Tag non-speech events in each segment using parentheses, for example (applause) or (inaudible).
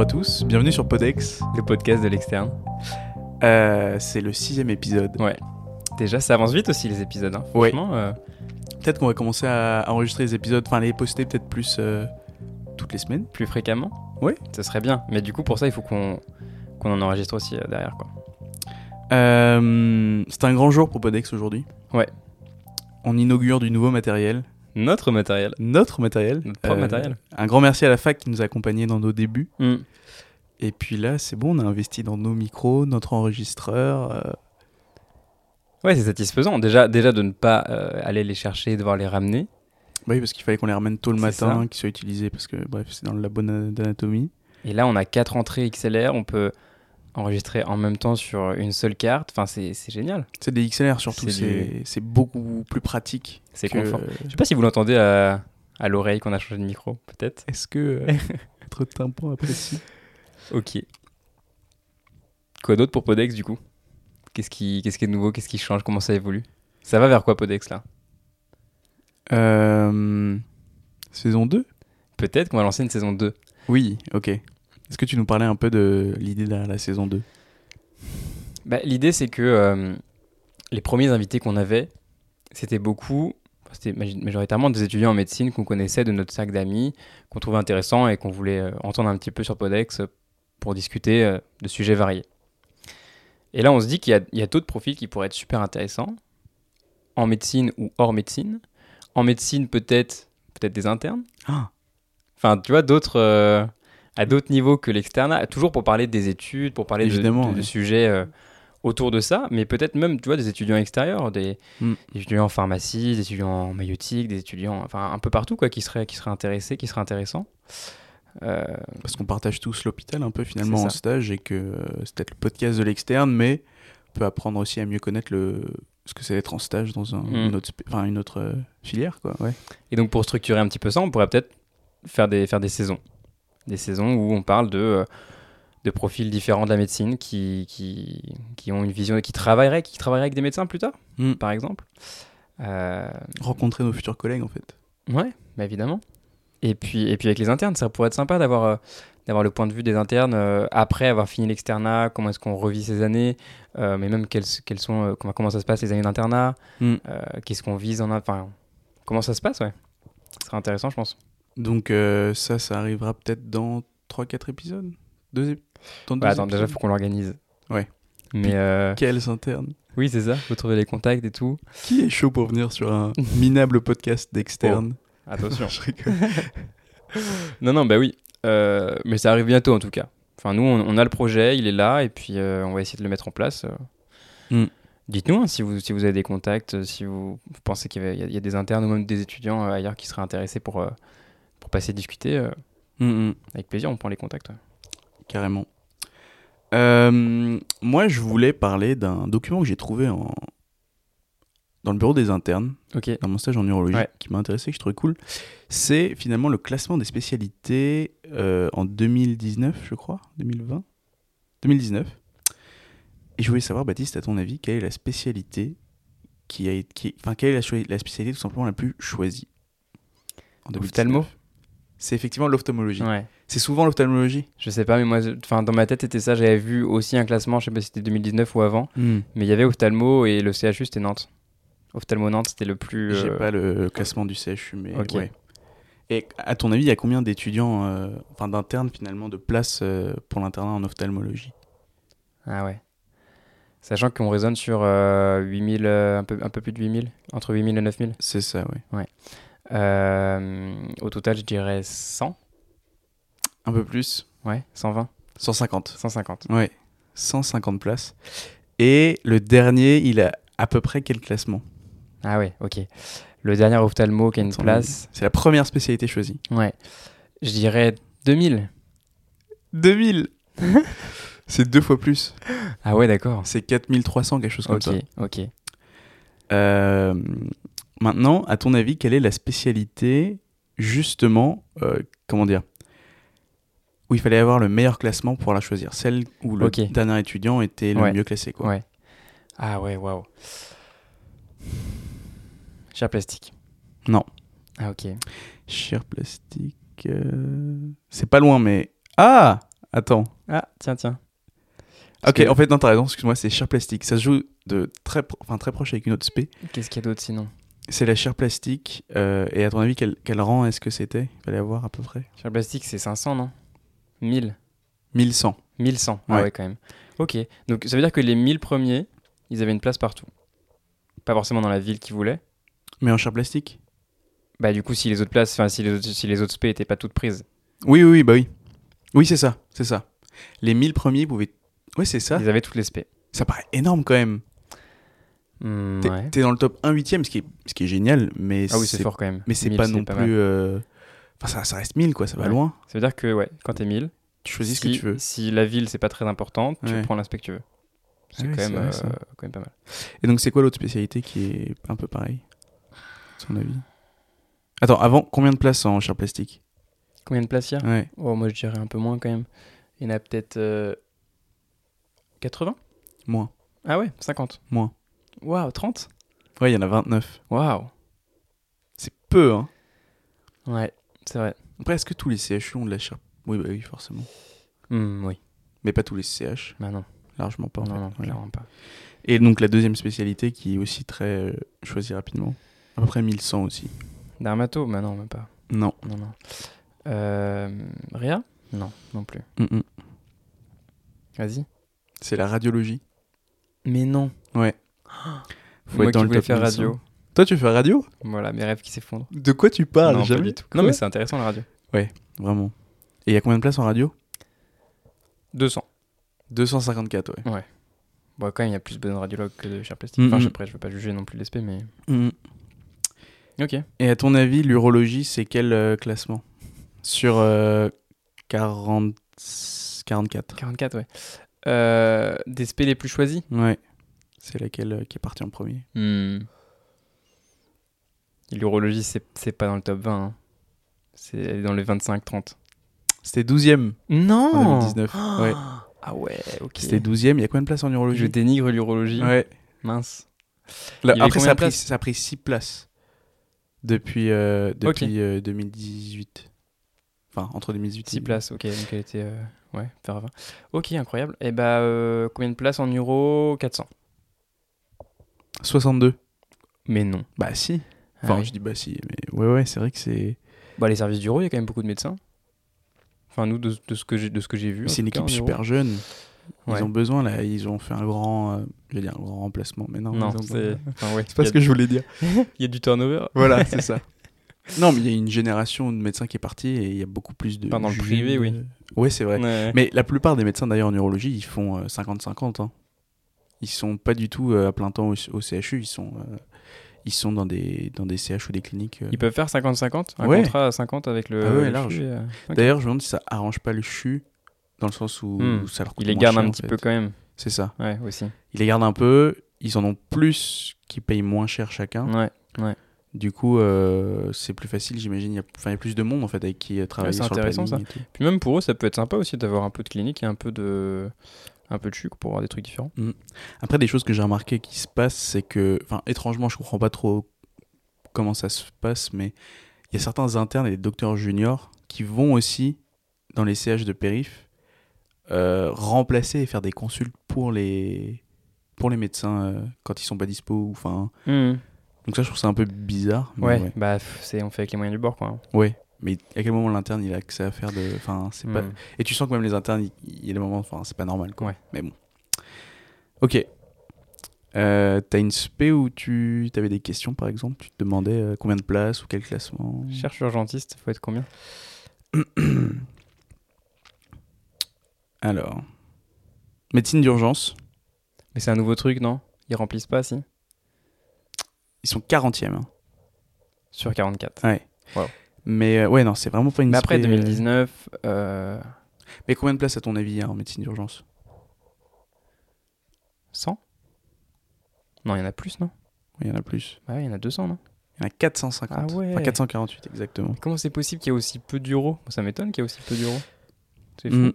à tous, bienvenue sur Podex. Le podcast de l'externe. Euh, c'est le sixième épisode. Ouais. Déjà, ça avance vite aussi les épisodes. Hein. Ouais. Franchement, euh, Peut-être qu'on va commencer à à enregistrer les épisodes, enfin les poster peut-être plus euh, toutes les semaines. plus fréquemment. Ouais. Ce serait bien. Mais du coup, pour ça, il faut qu'on qu'on en enregistre aussi euh, derrière. Quoi. Euh, c'est un grand jour pour Podex aujourd'hui. Ouais. On inaugure du nouveau matériel, Notre matériel. notre matériel. Notre propre Euh, matériel. Un grand merci à la fac qui nous a accompagnés dans nos débuts. Hmm. Et puis là, c'est bon, on a investi dans nos micros, notre enregistreur. euh, Ouais, c'est satisfaisant. Déjà, déjà de ne pas euh, aller les chercher, devoir les ramener. Oui, parce qu'il fallait qu'on les ramène tôt le C'est matin, qu'ils soient utilisés, parce que bref, c'est dans le labo na- d'anatomie. Et là, on a quatre entrées XLR. On peut enregistrer en même temps sur une seule carte. Enfin, c'est c'est génial. C'est des XLR surtout, C'est c'est c'est beaucoup plus pratique. C'est que- confort. Je sais pas si vous l'entendez à, à l'oreille qu'on a changé de micro, peut-être. Est-ce que euh, (laughs) votre tympan apprécie Ok. Quoi d'autre pour Podex du coup Qu'est-ce qui, qu'est-ce qui est nouveau Qu'est-ce qui change Comment ça évolue Ça va vers quoi Podex là Euh, Saison 2 Peut-être qu'on va lancer une saison 2. Oui, ok. Est-ce que tu nous parlais un peu de l'idée derrière la saison 2 Bah, L'idée c'est que euh, les premiers invités qu'on avait, c'était beaucoup, c'était maj- majoritairement des étudiants en médecine qu'on connaissait de notre cercle d'amis, qu'on trouvait intéressants et qu'on voulait euh, entendre un petit peu sur Podex euh, pour discuter euh, de sujets variés. Et là on se dit qu'il y a, il y a d'autres profils qui pourraient être super intéressants, en médecine ou hors médecine. En médecine peut-être peut-être des internes. Ah. Enfin, tu vois, d'autres euh, à d'autres niveaux que l'externe, a, toujours pour parler des études, pour parler de- Évidemment, de, de oui. sujets euh, autour de ça, mais peut-être même, tu vois, des étudiants extérieurs, des, Mm. des étudiants en pharmacie, des étudiants en maïotique, des étudiants, enfin, un peu partout, quoi, qui seraient, qui seraient intéressés, qui seraient intéressants. Euh, Parce qu'on partage tous l'hôpital un peu finalement C'est en ça. stage et que euh, c'est peut-être le podcast de l'externe, mais on peut apprendre aussi à mieux connaître le... ce que c'est d'être en stage dans un, Mm. une autre, spé- enfin, une autre euh, filière. Quoi. Ouais. Et donc pour structurer un petit peu ça, on pourrait peut-être faire des, faire des saisons. Des saisons où on parle de, euh, de profils différents de la médecine qui, qui, qui ont une vision, qui travailleraient, qui travailleraient avec des médecins plus tard, Mm. par exemple. Euh, Rencontrer nos futurs collègues en fait. ouais, bah évidemment. Et puis, et puis avec les internes, ça pourrait être sympa d'avoir euh, d'avoir le point de vue des internes euh, après avoir fini l'externat, comment est-ce qu'on revit ces années, euh, mais même quelles, quelles sont, euh, comment, comment ça se passe les années d'internat, Mm. euh, qu'est-ce qu'on vise en... Enfin, comment ça se passe, ouais. Ce serait intéressant, je pense. Donc euh, ça, ça arrivera peut-être dans 3-4 épisodes Deux ép- dans Bah, deux attends, déjà, épisodes faut qu'on l'organise. Ouais. Mais euh, Quels internes oui, c'est ça. Faut trouver les contacts et tout. Qui est chaud pour venir sur (laughs) un minable podcast d'externe (laughs) Attention. Je rigole. non, non, bah oui. Euh, mais ça arrive bientôt en tout cas. Enfin, nous, on, on a le projet, il est là, et puis euh, on va essayer de le mettre en place. euh. Mm. Dites-nous hein, si, vous, si vous avez des contacts, euh, si vous vous pensez qu'il y, avait- il y a- il y a des internes ou même des étudiants euh, ailleurs qui seraient intéressés pour, euh, pour passer discuter. euh, Mm, mm, avec plaisir, on prend les contacts. ouais. Carrément. Euh, moi, je voulais parler d'un document que j'ai trouvé en... dans le bureau des internes, Ok. dans mon stage en neurologie, Ouais. qui m'a intéressé, que je trouvais cool. C'est finalement le classement des spécialités euh, en 2019, je crois, 2020 2019. Et je voulais savoir, Baptiste, à ton avis, quelle est la spécialité qui a été... qui- Enfin, quelle est la, choi- la spécialité tout simplement la plus choisie en 2019? Ophtalmo C'est effectivement l'ophtalmologie. Ouais. C'est souvent l'ophtalmologie. Je sais pas, mais moi, je- enfin, dans ma tête, c'était ça. J'avais vu aussi un classement, je sais pas si c'était 2019 ou avant. Mais il y avait Ophtalmo et le CHU, c'était Nantes. Ophtalmo Nantes, c'était le plus. J'ai euh, pas le classement du CHU, mais Ok. ouais. Et à ton avis, il y a combien d'étudiants, euh, enfin d'internes finalement, de places euh, pour l'internat en ophtalmologie Ah ouais. Sachant qu'on raisonne sur euh, 8000, euh, un, peu, un peu plus de 8000, entre 8000 et 9000. C'est ça, ouais. Euh, au total, je dirais 100. Un peu plus Ouais, 120, 150. 150. Ouais. 150 places. Et le dernier, il a à peu près quel classement Ah ouais, ok. Le dernier ophtalmo qui a une Attends, place. C'est la première spécialité choisie. Ouais. Je dirais 2000. 2000 (laughs) C'est deux fois plus. Ah ouais, d'accord. C'est 4300, quelque chose comme Ok, ça. ok. Euh, maintenant, à ton avis, quelle est la spécialité, justement, euh, comment dire, où il fallait avoir le meilleur classement pour la choisir Celle où le Ok. dernier étudiant était le Ouais. mieux classé, quoi. Ouais. Ah ouais, waouh. Cher plastique. Non. Ah ok. Cher plastique. euh, C'est pas loin, mais. Ah Attends. Ah, tiens, tiens. Ok, que- en fait, non, t'as raison, excuse-moi, c'est chair plastique. Ça se joue de très, pro- enfin, très proche avec une autre spé. Qu'est-ce qu'il y a d'autre sinon C'est la chair plastique. euh, et à ton avis, quel, quel rang est-ce que c'était Il fallait avoir à peu près Sur le plastique, c'est 500, non 1000 1100. 1100. Ah Ouais. ouais, quand même. Ok. Donc, ça veut dire que les 1000 premiers, ils avaient une place partout. Pas forcément dans la ville qu'ils voulaient. Mais en chair plastique Bah, du coup, si les autres places, enfin, si les autres, si les autres spé étaient pas toutes prises, Oui, oui, oui, bah oui. Oui, c'est ça, c'est ça. Les 1000 premiers pouvaient. Ouais, c'est ça. ils avaient toutes les spé. Ça paraît énorme quand même. Hmm, T'es ouais. t'es dans le top 1 huitième, ce qui est, ce qui est génial, mais Ah oui, c'est fort quand même. Mais c'est 1000, pas non mal. plus. euh, Enfin, ça, ça reste 1000, quoi, ça va Ouais. loin. Ça veut dire que, ouais, quand t'es 1000, Tu choisis ce si- que tu veux. Si la ville, c'est pas très important, tu Ouais. prends l'aspect que tu veux. C'est Ah oui, quand, c'est même, vrai, euh, ça. quand même pas mal. Et donc, c'est quoi l'autre spécialité qui est un peu pareil à ton avis Attends, avant, combien de places en chair plastique Combien de places il y a Ouais. Oh, moi je dirais un peu moins quand même. Il y en a peut-être euh, 80 Moins. Ah ouais, 50. Moins. Waouh, 30 Ouais, il y en a 29. Waouh. C'est peu, hein. Ouais, c'est vrai. Après, est-ce que tous les CHU ont de la chair Oui, bah oui, forcément. Hmm, oui, Mais pas tous les CH, bah non, largement pas. en non, non, fait. Ouais. clairement pas. Et donc, la deuxième spécialité qui est aussi très euh, choisie rapidement. À peu près 1100 aussi. D'Armato Bah non, même pas. Non. Non, non. Euh, Ria Non, non plus. Mm-mm. Vas-y. mm, C'est la radiologie. Mais non. Faut moi être dans qui le voulais top faire 1100. radio. Toi, tu fais radio Voilà, mes rêves qui s'effondrent. De quoi tu parles non, pas Bah, Jamais du tout. Quoi Non, mais c'est intéressant la radio. Vraiment. Et il y a combien de places en radio 200. 254, ouais. Bon, quand même, il y a plus besoin de radiologues que de chair plastique. Mhm. Enfin, je- après, je veux pas juger non plus l'espèce, mais. Ok. Mm, Et à ton avis, l'urologie, c'est quel euh, classement Sur euh, 40... 44. 44, ouais. Euh, des spé les plus choisis Ouais. C'est laquelle euh, qui est partie en premier. Hmm. L'urologie, c'est c'est pas dans le top 20. hein. C'est elle est dans les 25-30. C'était 12ème en Non 2019. ouais. Ah ouais, ok. C'était 12ème. Il y a combien de places en Je urologie dénigre l'urologie. Ouais. Mince. Là, Il y avait après, combien ça a, de pris, places ça a pris 6 places depuis, euh, depuis euh, 2018. Enfin, entre 2018 et 6 places, ok. Donc elle était. euh, Ouais, vers 20. Ok, incroyable. Et bah, euh, combien de places en euro 400. 62. Mais non. Bah si. Ah Enfin, oui. je dis bah si, mais ouais, ouais, c'est vrai que c'est. Bah, les services d'uro, il y a quand même beaucoup de médecins. Enfin, nous, de, de ce que j'ai de ce que j'ai vu. en C'est une tout cas, équipe en uro. super jeune. Ouais. Ils ont besoin là, ils ont fait un grand, euh, je vais dire un grand remplacement, mais non. Non, ils ont- c'est. (laughs) Enfin, ouais. C'est pas ce que je voulais dire. Il y a du turnover. (laughs) Voilà, c'est (laughs) ça. Non, mais il y a une génération de médecins qui est partie et il y a beaucoup plus de. Enfin, dans le jeunes, privé, oui. euh, Ouais, c'est vrai. Ouais. (laughs) Mais la plupart des médecins d'ailleurs en neurologie, ils font euh, 50-50. Hein. Ils sont pas du tout euh, à plein temps au, au CHU, ils sont, euh, ils sont dans des dans des CH ou des cliniques. euh. Ils peuvent faire 50-50 Un Ouais. contrat à 50 avec le. Ah ouais, le large. CHU, euh, ok. D'ailleurs, je me demande si ça arrange pas le CHU dans le sens où, Hmm. ça leur coûte Il les moins garde cher, un en petit fait. peu quand même. C'est ça. Ouais, aussi. ils les gardent un peu, ils en ont plus qui payent moins cher chacun. Ouais. Du coup, euh, c'est plus facile, j'imagine. Il y a- Enfin, il y a plus de monde en fait avec qui euh, travailler c'est sur le intéressant, planning et tout. Puis même pour eux, ça peut être sympa aussi d'avoir un peu de clinique et un peu de. Un peu de chuc pour avoir des trucs différents. Après, des choses que j'ai remarqué qui se passent, c'est que, enfin, étrangement, je comprends pas trop comment ça se passe, mais il y a certains internes et des docteurs juniors qui vont aussi dans les CH de périph euh, remplacer et faire des consultes pour les pour les médecins euh, quand ils sont pas dispo. ou, Enfin, donc ça, je trouve ça un peu bizarre. mais Ouais, bah pff, c'est on fait avec les moyens du bord quoi. Ouais, mais à quel moment l'interne il a accès à faire de. Enfin, c'est pas. Hmm. Et tu sens que même les internes, il- il y a des moments, enfin, c'est pas normal quoi. Ouais. Mais bon. Ok. Euh, T'as une spé où tu avais des questions par exemple Tu te demandais euh, combien de places ou quel classement Cherche urgentiste, faut être combien Alors. Médecine d'urgence, Mais c'est un nouveau truc, non Ils remplissent pas si ils sont 40e. hein. Sur 44. Mais euh, ouais, non, c'est vraiment pas une Mais après spé, euh, 2019, euh, Mais combien de places à ton avis il y a en médecine d'urgence 100 Non, il y en a plus, non Il y en a plus. Bah ouais, il y en a 200, non Il y en a 450. Ah ouais. Enfin, 448 exactement. Comment c'est possible qu'il y ait aussi peu d'euros Ça m'étonne qu'il y ait aussi peu d'euros. C'est fou. Mm.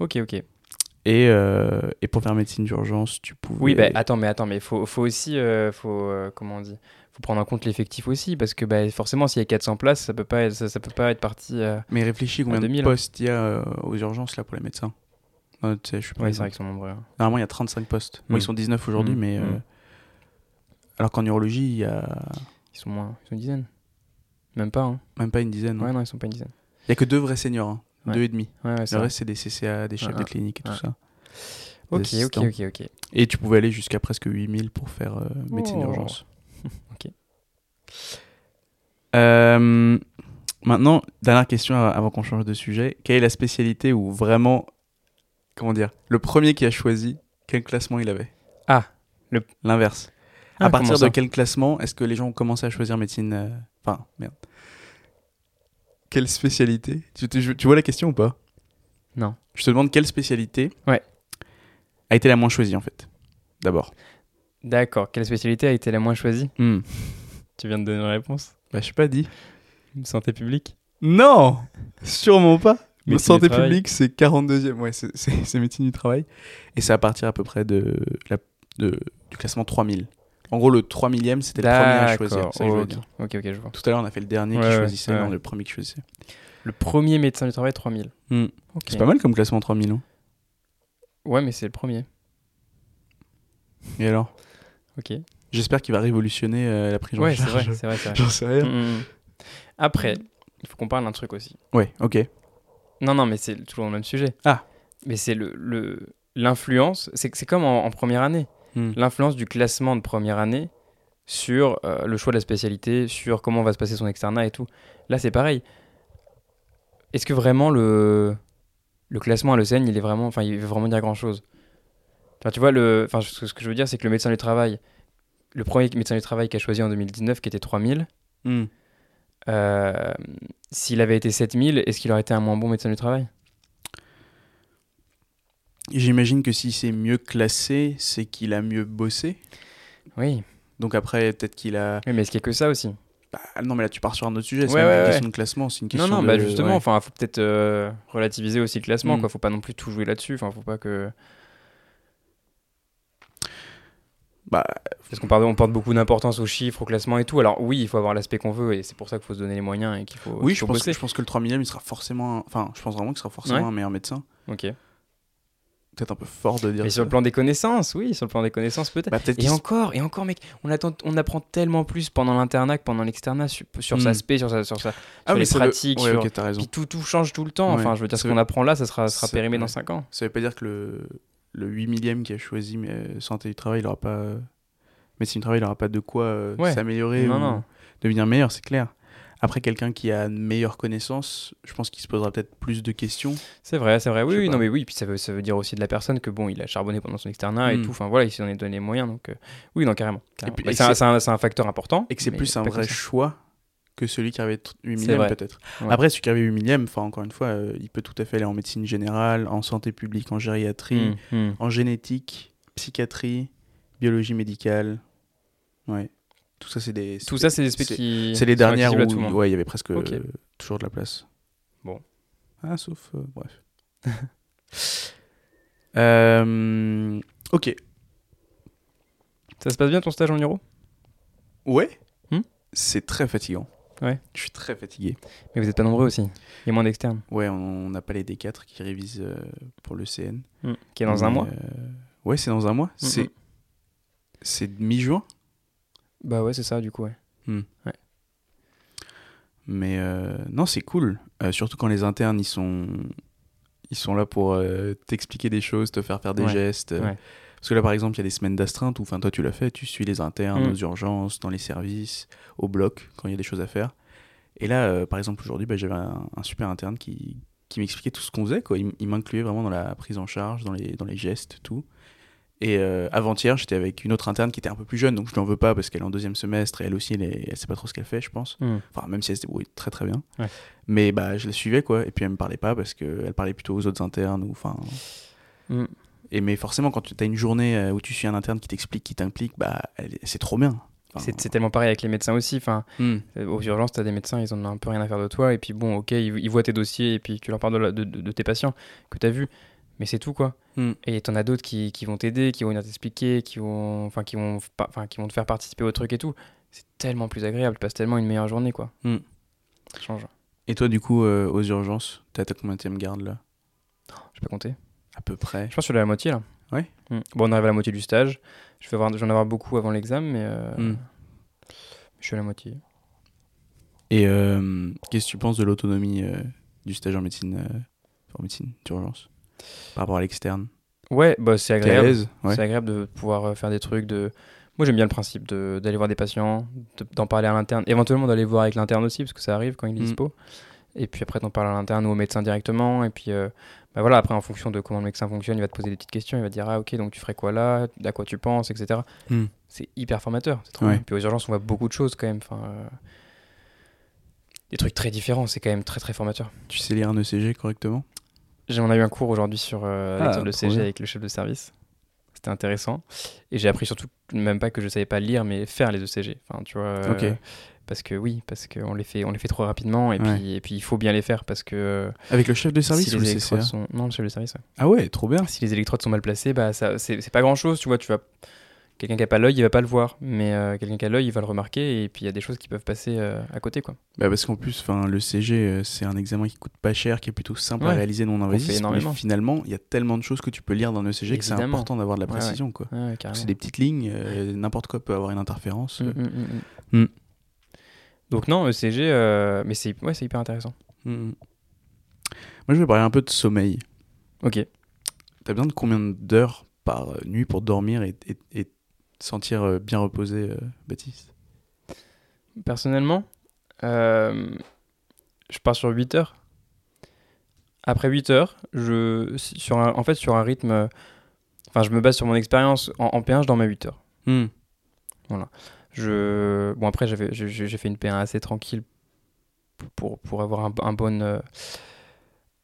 Ok, ok. Et, euh, et pour faire médecine d'urgence, tu pouvais. bah, Oui, bah attends, mais attends, mais faut, faut aussi, euh, faut, euh, comment on dit faut prendre en compte l'effectif aussi, parce que bah, forcément, s'il y a 400 places, ça peut pas être, ça, ça peut pas être parti. euh, Mais réfléchis combien de 2000, hein. postes il y a euh, aux urgences là pour les médecins. Euh, Dans notre CHU, par Ouais, exemple. c'est vrai qu'ils sont nombreux. hein. Normalement, il y a 35 postes. Bon, Mm. ils sont 19 aujourd'hui, Mm. mais. euh, Mm. Alors qu'en urologie, il y a Ils sont moins, ils sont une dizaine. Même pas. Hein. même pas une dizaine. non Ouais, non, ils sont pas une dizaine. Il y a que deux vrais seniors, hein. Ouais. deux et demi. Ouais, ouais, c'est Le vrai. reste, c'est des CCA, des chefs Ouais, de ouais. clinique et tout Ouais. ça. des Ok, ok, assistants. ok, ok. Et tu pouvais aller jusqu'à presque 8000 pour faire euh, médecine Oh. d'urgence. (laughs) Ok. Euh, maintenant, dernière question av- avant qu'on change de sujet. Quelle est la spécialité où vraiment, comment dire, le premier qui a choisi, quel classement il avait Ah, le- l'inverse. Ah, à partir comment de ça quel classement est-ce que les gens ont commencé à choisir médecine euh, Enfin, merde. Quelle spécialité tu, tu- tu vois la question ou pas Non. Je te demande quelle spécialité Ouais. a été la moins choisie en fait, d'abord. D'accord. Quelle spécialité a été la moins choisie Hmm. Tu viens de donner la réponse. Bah, je sais pas dit. Santé publique. Non Sûrement pas Médecine Santé du travail. publique, c'est 42e. Ouais, c'est- c'est c'est médecine du travail. Et ça va partir à peu près de, la- de- du classement 3000. En gros, le 3 millième, c'était le premier à choisir. D'accord, ça que je veux ok. dire. ok, ok, je vois. Tout à l'heure, on a fait le dernier Ouais, qui ouais, choisissait, ouais. non, le premier qui choisissait. Le premier médecin du travail, 3000. Hmm. Ok. C'est pas mal comme classement 3000. hein. Ouais, mais c'est le premier. Et alors Ok. J'espère qu'il va révolutionner euh, la prise en ouais, c'est charge. vrai, c'est vrai, c'est (laughs) vrai. J'en sais rien. Mm, mm. Après, il faut qu'on parle d'un truc aussi. Ouais, ok. Non, non, mais c'est toujours le même sujet. Ah. Mais c'est le le- l'influence. c'est c'est comme en, en première année. Hmm. L'influence du classement de première année sur euh, le choix de la spécialité, sur comment va se passer son externat et tout. Là, c'est pareil. Est-ce que vraiment le le classement à l'ECN, il est vraiment, enfin, il veut vraiment dire grand chose. Enfin, tu vois le, enfin, ce ce que je veux dire, c'est que le médecin du travail, le premier médecin du travail qui a choisi en 2019, qui était 3000. Hmm. Euh, s'il avait été 7000, est-ce qu'il aurait été un moins bon médecin du travail J'imagine que si c'est mieux classé, c'est qu'il a mieux bossé. Oui. Donc après, peut-être qu'il a. Oui, mais est-ce qu'il y a que ça aussi Bah, non, mais là, tu pars sur un autre sujet. C'est Ouais, pas ouais, une ouais. question de classement, c'est une question Non, non, de. bah justement, ouais. enfin, faut peut-être euh, relativiser aussi le classement, Mm. quoi. Faut pas non plus tout jouer là-dessus. Enfin, faut pas que. Bah, Parce qu'on parle- on porte beaucoup d'importance aux chiffres, au classement et tout. Alors oui, il faut avoir l'aspect qu'on veut et c'est pour ça qu'il faut se donner les moyens et qu'il faut. oui, qu'il je faut pense, que, bosser. je pense que le 3 millième, il sera forcément. un- Enfin, je pense vraiment qu'il sera forcément Ouais. un meilleur médecin. Ok. Peut-être un peu fort de dire Mais sur ça. le plan des connaissances, oui, sur le plan des connaissances peut-être. Bah, peut-être Et qu'il- encore, et encore, mec, on, attend, on apprend tellement plus pendant l'internat que pendant l'externat sur, sur Mm. sa spé, sur sa, sur sa, Ah, sur mais les c'est le- pratiques, Ouais, sur- ok, t'as raison. Puis tout, tout change tout le temps. Ouais. Enfin, je veux dire, Ça ce veut- qu'on apprend là, ça sera, ça sera ça- périmé dans ouais. 5 ans. Ça veut pas dire que le, le 8 millième qui a choisi mais, euh, santé du travail, il aura pas. euh, Médecine du travail, il aura pas de quoi euh, Ouais. s'améliorer Non, ou non. devenir meilleur, c'est clair. Après, quelqu'un qui a une meilleure connaissance, je pense qu'il se posera peut-être plus de questions. C'est vrai, c'est vrai. Je Oui, sais oui, pas. non, mais oui. Puis ça veut, ça veut dire aussi de la personne que bon, il a charbonné pendant son externat Mm. et tout. Enfin, voilà, il s'en est donné les moyens. Donc, euh, oui, non, carrément. carrément. puis- Bah, et c'est c'est- un- c'est un, c'est un facteur important. Et que c'est mais plus un pas que vrai ça. choix que celui qui arrivait 8 C'est millième vrai. peut-être. Ouais. Après, celui qui arrive 8 millième, enfin, encore une fois, euh, il peut tout à fait aller en médecine générale, en santé publique, en gériatrie, Mm, mm. en génétique, psychiatrie, biologie médicale. Ouais. Tout ça, c'est des. Tout ça, c'est des specs c'est- qui. C'est les sont dernières où accessibles à tout le monde. ouais, il y avait presque Ok. euh, toujours de la place. Bon. Ah, sauf. euh, bref. (laughs) Euh, ok. Ça se passe bien ton stage en neuro Ouais. Hmm c'est très fatigant. Ouais. Je suis très fatigué. Mais vous êtes pas nombreux aussi. Il y a moins d'externes. Ouais, on n'a pas les D4 qui révisent euh, pour le CN. Mm. Qui est dans un Mais, mois Hmm, euh, Ouais, c'est dans un mois. Hmm. C'est c'est mi-juin. Bah ouais, c'est ça, du coup, ouais. Mais euh, non, c'est cool. Euh, surtout quand les internes, ils sont, ils sont là pour euh, t'expliquer des choses, te faire faire des Ouais, gestes. ouais. Parce que là, par exemple, il y a des semaines d'astreinte où, enfin, toi, tu l'as fait, tu suis les internes Mm. aux urgences, dans les services, au bloc, quand il y a des choses à faire. Et là, euh, par exemple, aujourd'hui, bah, j'avais un, un super interne qui, qui m'expliquait tout ce qu'on faisait. Quoi. Il, m- il m'incluait vraiment dans la prise en charge, dans les, dans les gestes, tout. Et euh, avant-hier, j'étais avec une autre interne qui était un peu plus jeune, donc je n'en veux pas parce qu'elle est en deuxième semestre et elle aussi, elle, est- elle sait pas trop ce qu'elle fait, je pense Mm. enfin même si elle se débrouille très très bien Ouais. mais bah je la suivais quoi et puis elle me parlait pas parce que elle parlait plutôt aux autres internes ou enfin Mm. et mais forcément quand tu as une journée euh, où tu suis un interne qui t'explique qui t'implique bah elle- c'est trop bien Enfin, C'est c'est tellement pareil avec les médecins aussi. Enfin, hmm. Euh, Aux urgences, t'as des médecins, ils en ont un peu rien à faire de toi. Et puis bon, ok, ils, ils voient tes dossiers et puis tu leur parles de, la- de- de- de tes patients que t'as vus. Mais c'est tout quoi. Mm. Et t'en as d'autres qui, qui vont t'aider, qui vont venir t'expliquer, qui vont, enfin, qui vont, pas- enfin, qui vont te faire participer au truc et tout. c'est tellement plus agréable. Tu passes tellement une meilleure journée, quoi. Hmm. Ça change. Et toi, du coup, euh, aux urgences, t'as ta combien garde là Je peux compter. À peu près. Je pense que je suis à la moitié, là. Ouais. Hmm. Bon, on arrive à la moitié du stage. Je vais avoir, j'en avoir beaucoup avant l'examen, mais euh, Hmm. je suis à la moitié. Et euh, qu'est-ce que tu penses de l'autonomie euh, du stage en médecine, euh, en médecine d'urgence par rapport à l'externe Ouais, bah, T'es c'est à agréable. l'aise ouais. C'est agréable de pouvoir euh, faire des trucs. De... Moi, j'aime bien le principe de- d'aller voir des patients, de- d'en parler à l'interne, éventuellement d'aller voir avec l'interne aussi, parce que ça arrive quand il est Mm. dispo. Et puis après, t'en parles à l'interne ou au médecin directement. Et puis, euh, bah voilà, après, en fonction de comment le médecin fonctionne, il va te poser des petites questions. Il va te dire, ah, ok, donc tu ferais quoi là À quoi tu penses Etc. Mm. C'est hyper formateur. C'est trop Ouais. bien. Puis aux urgences, on voit beaucoup de choses quand même. Enfin, euh, Des trucs très différents. C'est quand même très, très formateur. Tu sais lire un ECG correctement J'ai- On a eu un cours aujourd'hui sur euh, Ah, lecture de trop CG bien. avec le chef de service. C'était intéressant. Et j'ai appris surtout, même pas que je savais pas lire, mais faire les ECG. Enfin, tu vois, euh, Ok. Parce que oui, parce qu'on les, fait- on les fait trop rapidement. Et, Ouais. puis, et puis, il faut bien les faire parce que. euh, Avec le chef de service si ou le les électrodes CCA sont... Non, le chef de service, ouais. Ah ouais, trop bien. Si les électrodes sont mal placées, bah, ça- c'est c'est pas grand chose, tu vois. Tu vas... Quelqu'un qui a pas l'œil, il va pas le voir. Mais euh, quelqu'un qui a l'œil, il va le remarquer. Et puis, il y a des choses qui peuvent passer euh, à côté, quoi. Bah parce qu'en plus, enfin, le CG, euh, c'est un examen qui coûte pas cher, qui est plutôt simple à Ouais. réaliser non fait invasif. Mais énormément. finalement, il y a tellement de choses que tu peux lire dans le CG que c'est Évidemment. important d'avoir de la Ouais, ouais. Ah précision. quoi. Ouais, ouais, Parce carrément. que C'est des petites lignes, euh, n'importe quoi peut avoir une interférence. Mm, mm, mm, Mm. mm. Donc non, ECG, euh, mais c'est ouais, c'est hyper intéressant. Mm, Mm-hmm. mm. Moi, je vais parler un peu de sommeil. Ok. T'as besoin de combien d'heures par euh, nuit pour dormir et, et, et te sentir euh, bien reposé, euh, Baptiste Personnellement, euh, je pars sur 8 heures. Après 8 heures, je, si- sur un- en fait, sur un rythme... euh, Enfin, je me base sur mon expérience. En, en P1, je dormais 8 heures. Hmm. Je, bon, après, j'avais- j'ai j'ai- j'ai fait une P1 assez tranquille pour, pour avoir un, un bon... euh,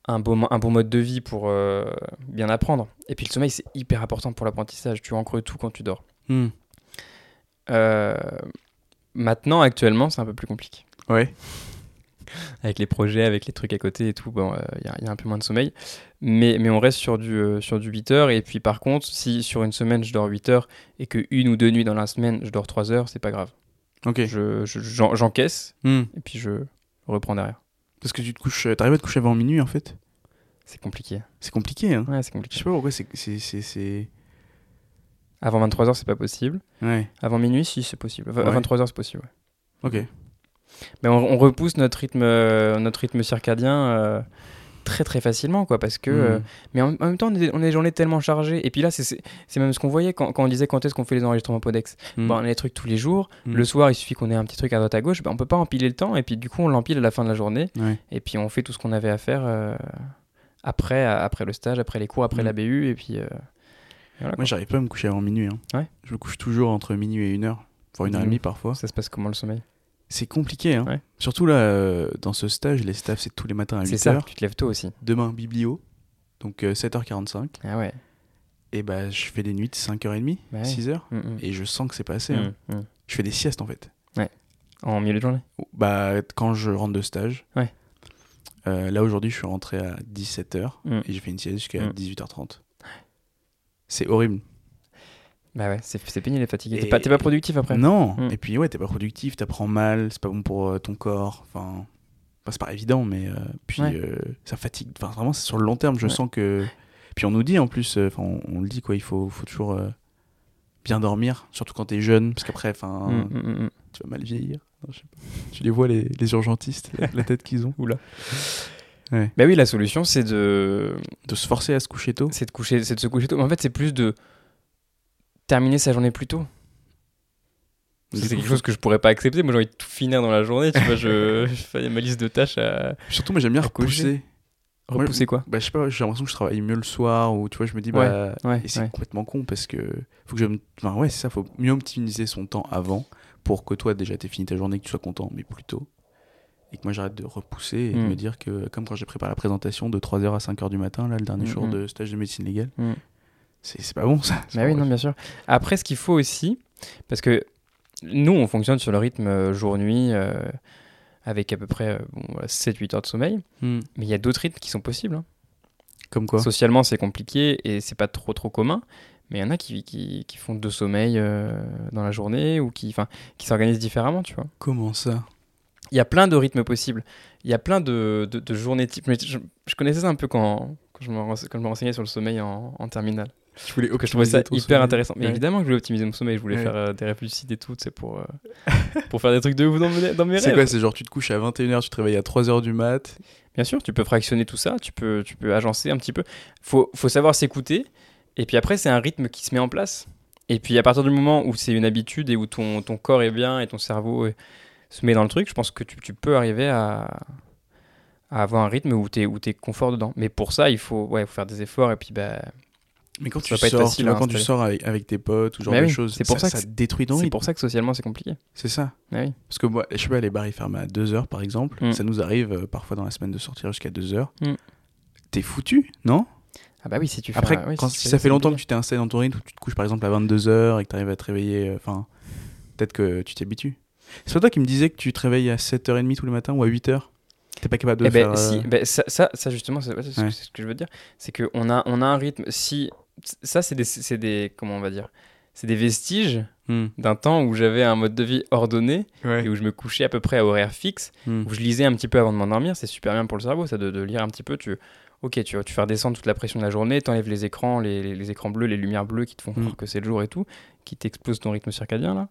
un bon, un bon mode de vie pour euh, bien apprendre. Et puis le sommeil, c'est hyper important pour l'apprentissage. Tu ancres tout quand tu dors. Mm. Euh, maintenant, actuellement, c'est un peu plus compliqué. Ouais. Avec les projets, avec les trucs à côté et tout, bon, euh, il y, a- il y a un peu moins de sommeil. Mais, mais on reste sur du, euh, sur du 8 heures. Et puis par contre, si sur une semaine je dors 8 heures et que une ou deux nuits dans la semaine je dors 3 heures, c'est pas grave. Ok. Je- je- j'en- J'encaisse Mm. et puis je reprends derrière. Parce que tu te couches, euh, t'arrives à te coucher avant minuit en fait. C'est compliqué. C'est compliqué. Hein. Ouais, c'est Je compliqué. sais pas pourquoi c'est- c'est. c'est- c'est- Avant 23 heures, c'est pas possible. Ouais. Avant minuit, si, c'est possible. Enfin, Ouais. À 23 heures, c'est possible. ouais. Ok. Mais on, on repousse notre rythme, euh, notre rythme circadien euh, très très facilement, quoi, parce que. euh, Mm. Mais en, en même temps, on a, des, on a des journées tellement chargées. Et puis là, c'est- c'est c'est même ce qu'on voyait quand, quand on disait quand est-ce qu'on fait les enregistrements Podex. Mm. Bon, on a des trucs tous les jours. Mm. Le soir, il suffit qu'on ait un petit truc à droite à gauche. Ben, on peut pas empiler le temps. Et puis du coup, on l'empile à la fin de la journée. Ouais. Et puis on fait tout ce qu'on avait à faire euh, après, à- après le stage, après les cours, après Mm. la BU. Et puis. euh, et voilà, Moi, quoi. j'arrive pas à me coucher avant minuit. hein. Ouais. Je me couche toujours entre minuit et une heure, voire une heure et Mhm. demie parfois. Ça se passe comment le sommeil C'est compliqué. Hein. Ouais. Surtout là, euh, dans ce stage, les staffs, c'est tous les matins à C'est ça, 8h. tu te lèves tôt aussi. Demain, biblio, donc euh, 7h45. Ah ouais. Et bah, je fais des nuits de 5h30, Ouais. 6h. Mm, mm. Et je sens que c'est pas assez. hein. Mm, mm. Je fais des siestes en fait. En milieu de journée Bah, quand je rentre de stage. Ouais. Euh, là, aujourd'hui, je suis rentré à 17h Mm. et j'ai fait une sieste jusqu'à Mm. 18h30. C'est horrible. Bah ouais, c'est c'est pénible et fatigué. T'es Et- pas, t'es pas productif après Non. Mm. Et puis ouais, t'es pas productif, t'apprends mal, c'est pas bon pour euh, ton corps. Enfin, enfin, c'est pas évident, mais euh, puis Ouais. euh, ça fatigue. Enfin, vraiment, c'est sur le long terme, je Ouais. sens que. Puis on nous dit en plus, euh, enfin, on, on le dit quoi, il faut, faut toujours euh, bien dormir, surtout quand t'es jeune, parce qu'après, enfin, Mm, mm, mm, mm. tu vas mal vieillir. Non, je sais pas. Tu les vois les, les urgentistes, la, la tête qu'ils ont. Oula. Ouais. Bah oui, la solution, c'est de... De se forcer à se coucher tôt. c'est de, coucher... c'est de se coucher tôt. Mais en fait, c'est plus de terminer sa journée plus tôt. Ça, C'est quelque chose que je pourrais pas accepter. Moi, j'ai envie de tout finir dans la journée. Tu vois, (laughs) je, je fais ma liste de tâches à Surtout, moi, j'aime bien À coucher. repousser. Moi, repousser, quoi. Bah, je sais pas, j'ai l'impression que je travaille mieux le soir ou tu vois, je me dis bah. Ouais, Et c'est ouais. complètement con parce que faut que je me... enfin, ouais, c'est ça, faut mieux optimiser son temps avant pour que toi déjà t'aies fini ta journée, que tu sois content, mais plus tôt. Et que moi j'arrête de repousser et de Mm. me dire que, comme quand j'ai préparé la présentation de 3h à 5h du matin, là, le dernier Mm, jour mm. de stage de médecine légale, Mm. c'est c'est pas bon ça. Bah oui, non, bien sûr. Après, ce qu'il faut aussi, parce que nous, on fonctionne sur le rythme euh, jour-nuit, euh, avec à peu près euh, 7-8 heures de sommeil. Mm. Mais il y a d'autres rythmes qui sont possibles. hein. Comme quoi Socialement, c'est compliqué et c'est pas trop trop commun. Mais il y en a qui, qui, qui font deux sommeils euh, dans la journée ou qui, enfin, qui s'organisent différemment, tu vois. Comment ça Il y a plein de rythmes possibles. Il y a plein de, de, de journées types. Mais je, je connaissais ça un peu quand, quand, je, me, rense- quand je me renseignais sur le sommeil en, en terminale. Je voulais Je trouvais ça optimiser ton hyper sommeil. intéressant. Mais Ouais. évidemment que je voulais optimiser mon sommeil. Je voulais Ouais. faire euh, des rêves lucides et tout, c'est pour, euh, pour faire des trucs de ouf dans mes, dans mes C'est rêves. quoi C'est genre tu te couches à 21h, tu te réveilles à 3h du mat. Bien sûr, tu peux fractionner tout ça, tu peux, tu peux agencer un petit peu. Faut, faut savoir s'écouter. Et puis après, c'est un rythme qui se met en place. Et puis à partir du moment où c'est une habitude et où ton, ton corps est bien et ton cerveau euh, se met dans le truc, je pense que tu, tu peux arriver à, à avoir un rythme où tu es, confort dedans. Mais pour ça, il faut, ouais, faut faire des efforts. Et puis, bah, Mais quand Ça tu va pas être sors, facile tu vois, à quand tu installer. sors avec, avec tes potes ou genre Mais de oui, choses, c'est pour ça que ça te détruit ton c'est rythme. pour ça que socialement, c'est compliqué. C'est ça. Ah oui. Parce que moi, je sais pas, les bars ils ferment à 2h par exemple. Mm. Ça nous arrive euh, parfois dans la semaine de sortir jusqu'à 2h. Mm. T'es foutu, non Ah bah oui, si tu fais Après, un- ouais, quand, tu si fais ça fait c'est longtemps que compliqué. tu t'es installé dans ton rythme, où tu te couches par exemple à 22h et que t'arrives à te réveiller, euh, enfin, peut-être que tu t'habitues. C'est pas toi qui me disais que tu te réveilles à 7h30 tous les matins ou à 8h T'es pas capable de Eh le ben, faire euh, si, ben, ça, ça, ça, justement, c'est ouais, c'est ce, que- Ouais. c'est ce que je veux dire. C'est qu'on a, on a un rythme. Si, ça, c'est des, c'est des. Comment on va dire C'est des vestiges Mm. d'un temps où j'avais un mode de vie ordonné et où je me couchais à peu près à horaire fixe, Mm. où je lisais un petit peu avant de m'endormir. C'est super bien pour le cerveau, ça, de, de lire un petit peu. Tu, ok, tu vas tu faire descendre toute la pression de la journée, t'enlèves les écrans, les, les- les écrans bleus, les lumières bleues qui te font Mm. croire que c'est le jour et tout, qui t'explosent ton rythme circadien, là.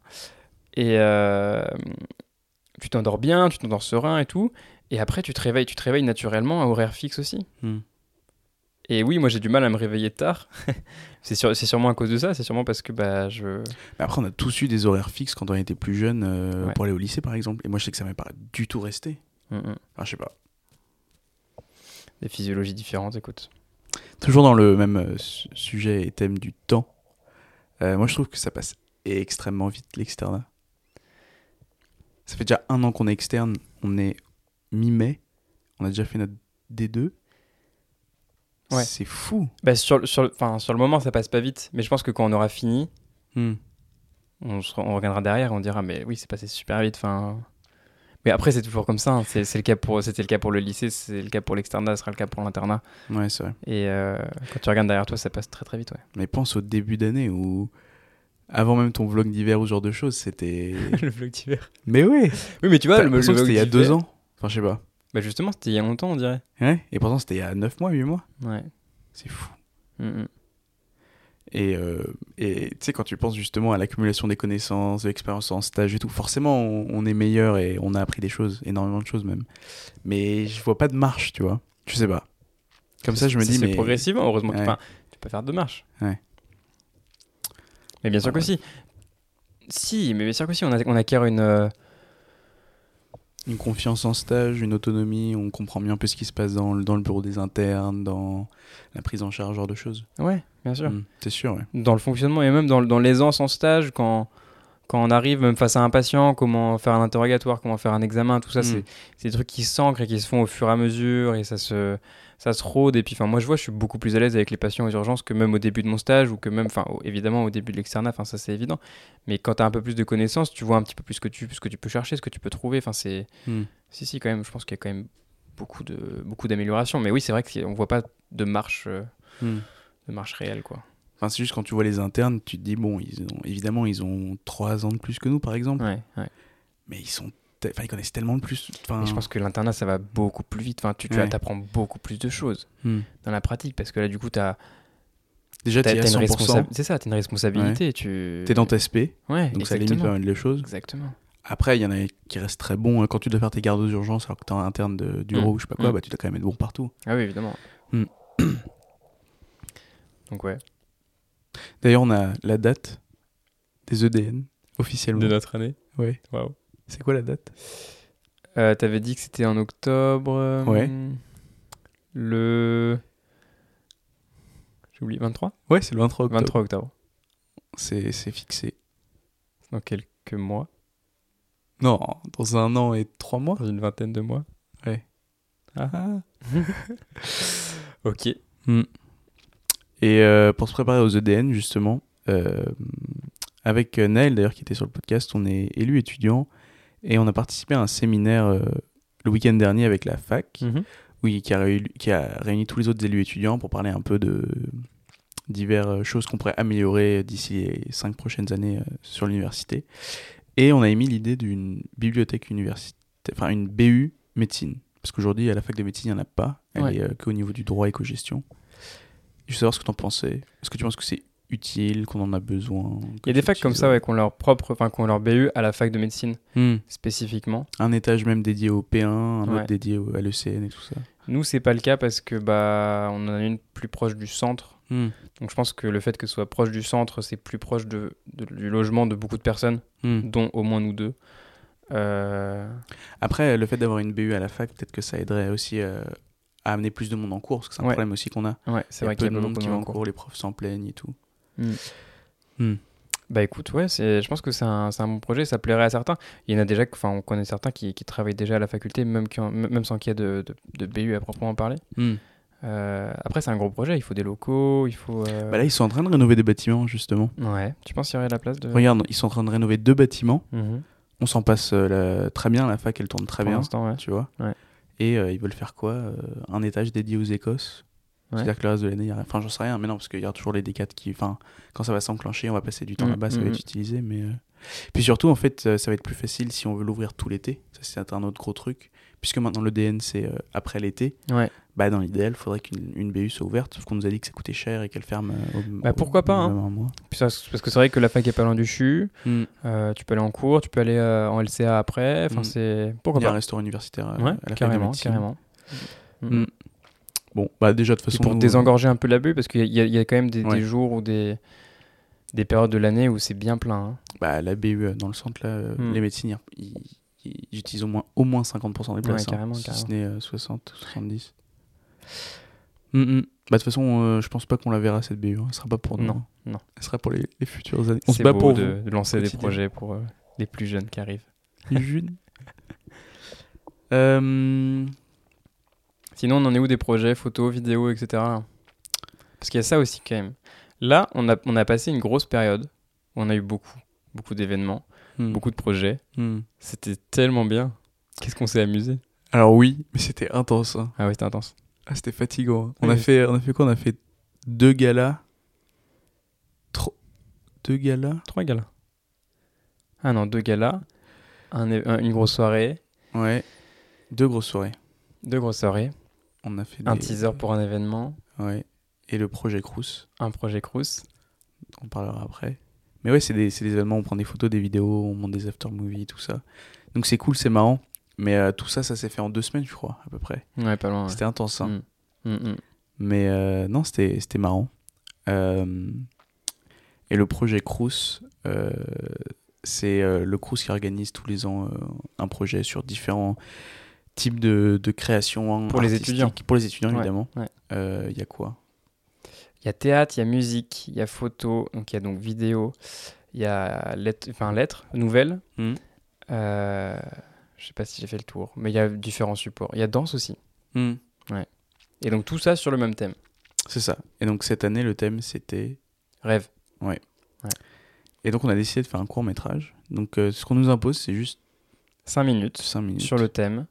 Et. euh, tu t'endors bien, tu t'endors serein et tout. Et après, tu te réveilles, tu te réveilles naturellement à horaire fixe aussi. Mm. Et oui, moi j'ai du mal à me réveiller tard. (laughs) c'est sûr, c'est sûrement à cause de ça. C'est sûrement parce que bah je. Mais Après, on a tous eu des horaires fixes quand on était plus jeune euh, Ouais. pour aller au lycée, par exemple. Et moi, je sais que ça m'est pas du tout resté. Mm, mm. Enfin, je sais pas. Des physiologies différentes, écoute. Toujours dans le même euh, su- sujet et thème du temps. euh, moi, je trouve que ça passe extrêmement vite l'externat. Ça fait déjà un an qu'on est externe. On est mi-mai. On a déjà fait notre D2. Ouais. C'est fou. Bah sur le- sur le, enfin sur le moment ça passe pas vite, mais je pense que quand on aura fini, Hmm. on, se- on regardera derrière et on dira mais oui c'est passé super vite. Enfin. Mais après c'est toujours comme ça. hein. C'est c'est le cas pour c'était le cas pour le lycée, c'est le cas pour l'externat, ce sera le cas pour l'internat. Ouais, c'est vrai. Et euh, quand tu regardes derrière toi, ça passe très très vite, ouais. Mais pense au début d'année où, avant même ton vlog d'hiver ou ce genre de choses, c'était. (laughs) le vlog d'hiver. Mais ouais! Oui, mais tu vois, T'as le, le l'impression que vlog c'était il y a d'hiver- deux ans. Enfin, je sais pas. Bah justement, c'était il y a longtemps, on dirait. Ouais. Et pourtant, c'était il y a 9 mois, 8 mois. Ouais. C'est fou. Mm, mm. Et euh, et, tu sais, quand tu penses justement à l'accumulation des connaissances, de l'expérience en stage et tout, forcément, on, on est meilleur et on a appris des choses, énormément de choses même. Mais je vois pas de marche, tu vois. Je sais pas. Comme ça, je me Ça dis, se fait mais. progressivement, heureusement. que- Ouais. enfin, tu peux faire deux marches. Ouais. Mais bien sûr Enfin, que si. Si, mais bien sûr que si, on, a- on acquiert une. euh, Une confiance en stage, une autonomie, on comprend mieux un peu ce qui se passe dans le, dans le bureau des internes, dans la prise en charge, ce genre de choses. Ouais, bien sûr. Mm, C'est sûr, ouais. Dans le fonctionnement et même dans, le- dans l'aisance en stage, quand, quand on arrive même face à un patient, comment faire un interrogatoire, comment faire un examen, tout ça, Mm. c'est c'est des trucs qui s'ancrent et qui se font au fur et à mesure et ça se, ça se rôde. Et puis, enfin, moi, je vois, je suis beaucoup plus à l'aise avec les patients aux urgences que même au début de mon stage ou que même, enfin, au- évidemment, au début de l'externat, enfin, ça c'est évident. Mais quand tu as un peu plus de connaissances, tu vois un petit peu plus ce que tu, ce que tu peux chercher, ce que tu peux trouver. Enfin, c'est. Mm. Si, si, quand même, je pense qu'il y a quand même beaucoup de beaucoup d'améliorations. Mais oui, c'est vrai qu'on voit pas de marche, euh, Mm. de marche réelle, quoi. Enfin, c'est juste quand tu vois les internes, tu te dis, bon, ils ont, évidemment, ils ont 3 ans de plus que nous, par exemple. Ouais, ouais. Mais ils sont. te- Enfin, ils connaissent tellement de plus. Enfin, Mais je pense que l'internat, ça va beaucoup plus vite. Enfin, tu, tu Ouais. apprends beaucoup plus de choses Hmm. dans la pratique parce que là, du coup, tu as, déjà, tu es à 100%. C'est ça, tu une responsabilité. Tu T'es dans ta SP, Ouais, donc ça limite exactement. pas mal de choses. Exactement. Après, il y en a qui restent très bons. hein. Quand tu dois faire tes gardes aux urgences alors que t'es en interne de, du Mm. bureau ou je sais pas quoi, Mm. bah, tu dois quand même être bon partout. Ah oui, évidemment. Hmm. (coughs) Donc ouais. D'ailleurs, on a la date des EDN, officiellement. notre année. Ouais. Waouh. C'est quoi la date Euh, T'avais dit que c'était en octobre. euh, Ouais. Le. J'ai oublié, 23 Ouais, c'est le 23 octobre. 23 octobre. C'est c'est fixé. Dans quelques mois, Non, dans un an et trois mois. dans une vingtaine de mois. (laughs) Ah. (laughs) Ok. Et euh, pour se préparer aux EDN, justement, euh, avec euh, Naël, d'ailleurs, qui était sur le podcast, on est élu étudiant et on a participé à un séminaire euh, le week-end dernier avec la Mm. Mm-hmm. fac, oui, qui, a réuni, qui a réuni tous les autres élus étudiants pour parler un peu de, diverses euh, choses qu'on pourrait améliorer d'ici les cinq prochaines années euh, sur l'université. Et on a émis l'idée d'une bibliothèque universitaire, enfin une BU médecine. Parce qu'aujourd'hui, à la fac de médecine, il n'y en a pas. Elle Ouais. est euh, qu'au niveau du droit et co-gestion. Je veux savoir ce que tu en pensais. Est-ce que tu penses que c'est utile, qu'on en a besoin Il y a des facs comme ça, euh, ouais, qui ont leur propre, enfin, qui ont leur BU à la fac de médecine spécifiquement. Hmm. Un étage même dédié au P1, un Ouais. autre dédié au- à l'ECN et tout ça. Nous, c'est pas le cas parce que bah, on en a une plus proche du centre. Donc, je pense que le fait que ce soit proche du centre, c'est plus proche de, de- du logement de beaucoup de personnes, Hmm. dont au moins nous deux. Euh, Après, le fait d'avoir une BU à la fac, peut-être que ça aiderait aussi euh, à amener plus de monde en cours, parce que c'est un Ouais. problème aussi qu'on a. ouais, c'est Il y vrai a qu'il peu de y a pas monde beaucoup qui de va en monde, quoi. cours, les profs s'en plaignent et tout. Hmm. Hmm. Bah écoute, ouais, c'est, je pense que c'est un, c'est un bon projet, ça plairait à certains. Il y en a déjà, que- enfin, on connaît certains qui, qui travaillent déjà à la faculté, même, qui ont- m- même sans qu'il y ait de, de- de BU à proprement parler. Hmm. Euh, après, c'est un gros projet, il faut des locaux, il faut. euh, Bah là, ils sont en train de rénover des bâtiments, justement. Ouais, tu penses qu'il y aurait de la place de. Regarde, ils sont en train de rénover deux bâtiments. Mhm. On s'en passe euh, la- très bien, la fac, elle tourne très Pour bien, l'instant, ouais. tu vois. Ouais. Et euh, ils veulent faire quoi Euh, Un étage dédié aux Écosses Ouais. C'est-à-dire que le reste de l'année, il y a rien. enfin, j'en sais rien, mais non, parce qu'il y a toujours les D4 qui. Enfin, quand ça va s'enclencher, on va passer du temps Mm, là-bas, ça mm, va être mm. utilisé, mais. euh, Puis surtout, en fait, euh, ça va être plus facile si on veut l'ouvrir tout l'été. Ça, c'est un autre gros truc. Puisque maintenant, le DN, c'est euh, après l'été. Ouais. Bah, dans l'idéal, il faudrait qu'une une BU soit ouverte, sauf qu'on nous a dit que ça coûtait cher et qu'elle ferme euh, au. Bah, au- pourquoi pas, hein. minimum un mois. Puis ça, c'est- parce que c'est vrai que la fac est pas loin du CHU, euh, tu peux aller en cours, tu peux aller euh, en LCA après, enfin, Mm. c'est. Il Pourquoi y a un pas restaurant universitaire euh, Ouais, à la fac de carrément, médecine. carrément. Mhm. Mm. Bon, bah déjà de toute Puis façon. pour nous, désengorger un peu l'abus, parce qu'il y, a- il y a quand même des, des Ouais. jours ou des, des périodes de l'année où c'est bien plein. hein. bah, la BU euh, dans le centre, là, euh, Hmm. les médecines, ils- ils, ils- ils utilisent au moins, au moins 50% des places. hein, carrément, si carrément. ce n'est euh, 60, 70. Hmm, hmm. Bah, de toute façon, euh, je pense pas qu'on la verra cette BU. hein. Elle sera pas pour nous. Non, hein. non. Elle sera pour les, les futures années. On se C'est bat beau pour de, de lancer des quotidien. projets pour euh, les plus jeunes qui arrivent. vous. (laughs) June. Euh, Sinon, on en est où des projets, photos, vidéos, etc. Parce qu'il y a ça aussi quand même. Là, on a, on a passé une grosse période où on a eu beaucoup, beaucoup d'événements, hmm, beaucoup de projets. hmm. C'était tellement bien. Qu'est-ce qu'on s'est amusé Alors oui, mais c'était intense. hein. Ah oui, c'était intense. Ah, c'était fatigant. hein. On, a Oui. fait, on a fait quoi On a fait deux galas. Tro- Deux galas Trois galas. Ah non, deux galas, un é- un- une grosse soirée, Ouais. Deux grosses soirées. deux grosses soirées, On a fait un des- teaser pour un événement, Ouais. Et le projet Crous, un projet Crous. on parlera après. Mais ouais, c'est des, c'est des événements, on prend des photos, des vidéos, on monte des after movies, tout ça. Donc c'est cool, c'est marrant. Mais euh, tout ça, ça s'est fait en deux semaines, je crois, à peu près. Ouais, pas loin. ouais. C'était intense. hein. Mm. Mm, mm. Mais euh, non, c'était c'était marrant. Euh, et le projet Crous, euh, c'est euh, le Crous qui organise tous les ans euh, un projet sur différents types de, de créations. Pour les artistiques. étudiants. Pour les étudiants, Ouais, évidemment. Il ouais. y a quoi Il y a théâtre, il y a musique, il y a photo, donc il y a donc vidéo, il y a lettres, enfin lettres, nouvelles. Mhm. Euh, je sais pas si j'ai fait le tour, mais il y a différents supports. Il y a danse aussi. Hmm. Et donc tout ça sur le même thème. C'est ça. Et donc cette année, le thème, c'était Rêve. Et donc on a décidé de faire un court métrage. Donc euh, ce qu'on nous impose, c'est juste 5 minutes 5 minutes. sur le thème.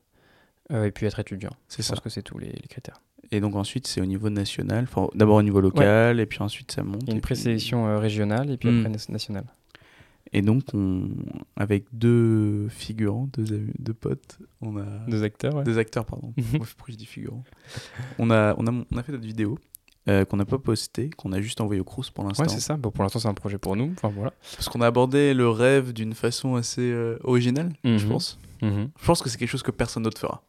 euh, et puis être étudiant. C'est Je ça. pense que c'est tous les, les critères. Et donc ensuite, c'est au niveau national. Enfin, d'abord au niveau local, et puis ensuite ça monte. Il y a et une puis- présélection euh, régionale et puis Mhm. après na- nationale. Et donc, on... avec deux figurants, deux, amis- deux potes, on a. Deux acteurs, ouais. Deux acteurs, (laughs) pardon. Moi, pourquoi je dis figurants on a, on, a, on a fait notre vidéo. euh, qu'on n'a pas posté, qu'on a juste envoyé au Crous pour l'instant. Ouais, c'est ça. Bon, pour l'instant, c'est un projet pour nous. Enfin, voilà. parce qu'on a abordé le rêve d'une façon assez euh, originale, je Mhm. pense. Mhm. Je pense que c'est quelque chose que personne d'autre fera.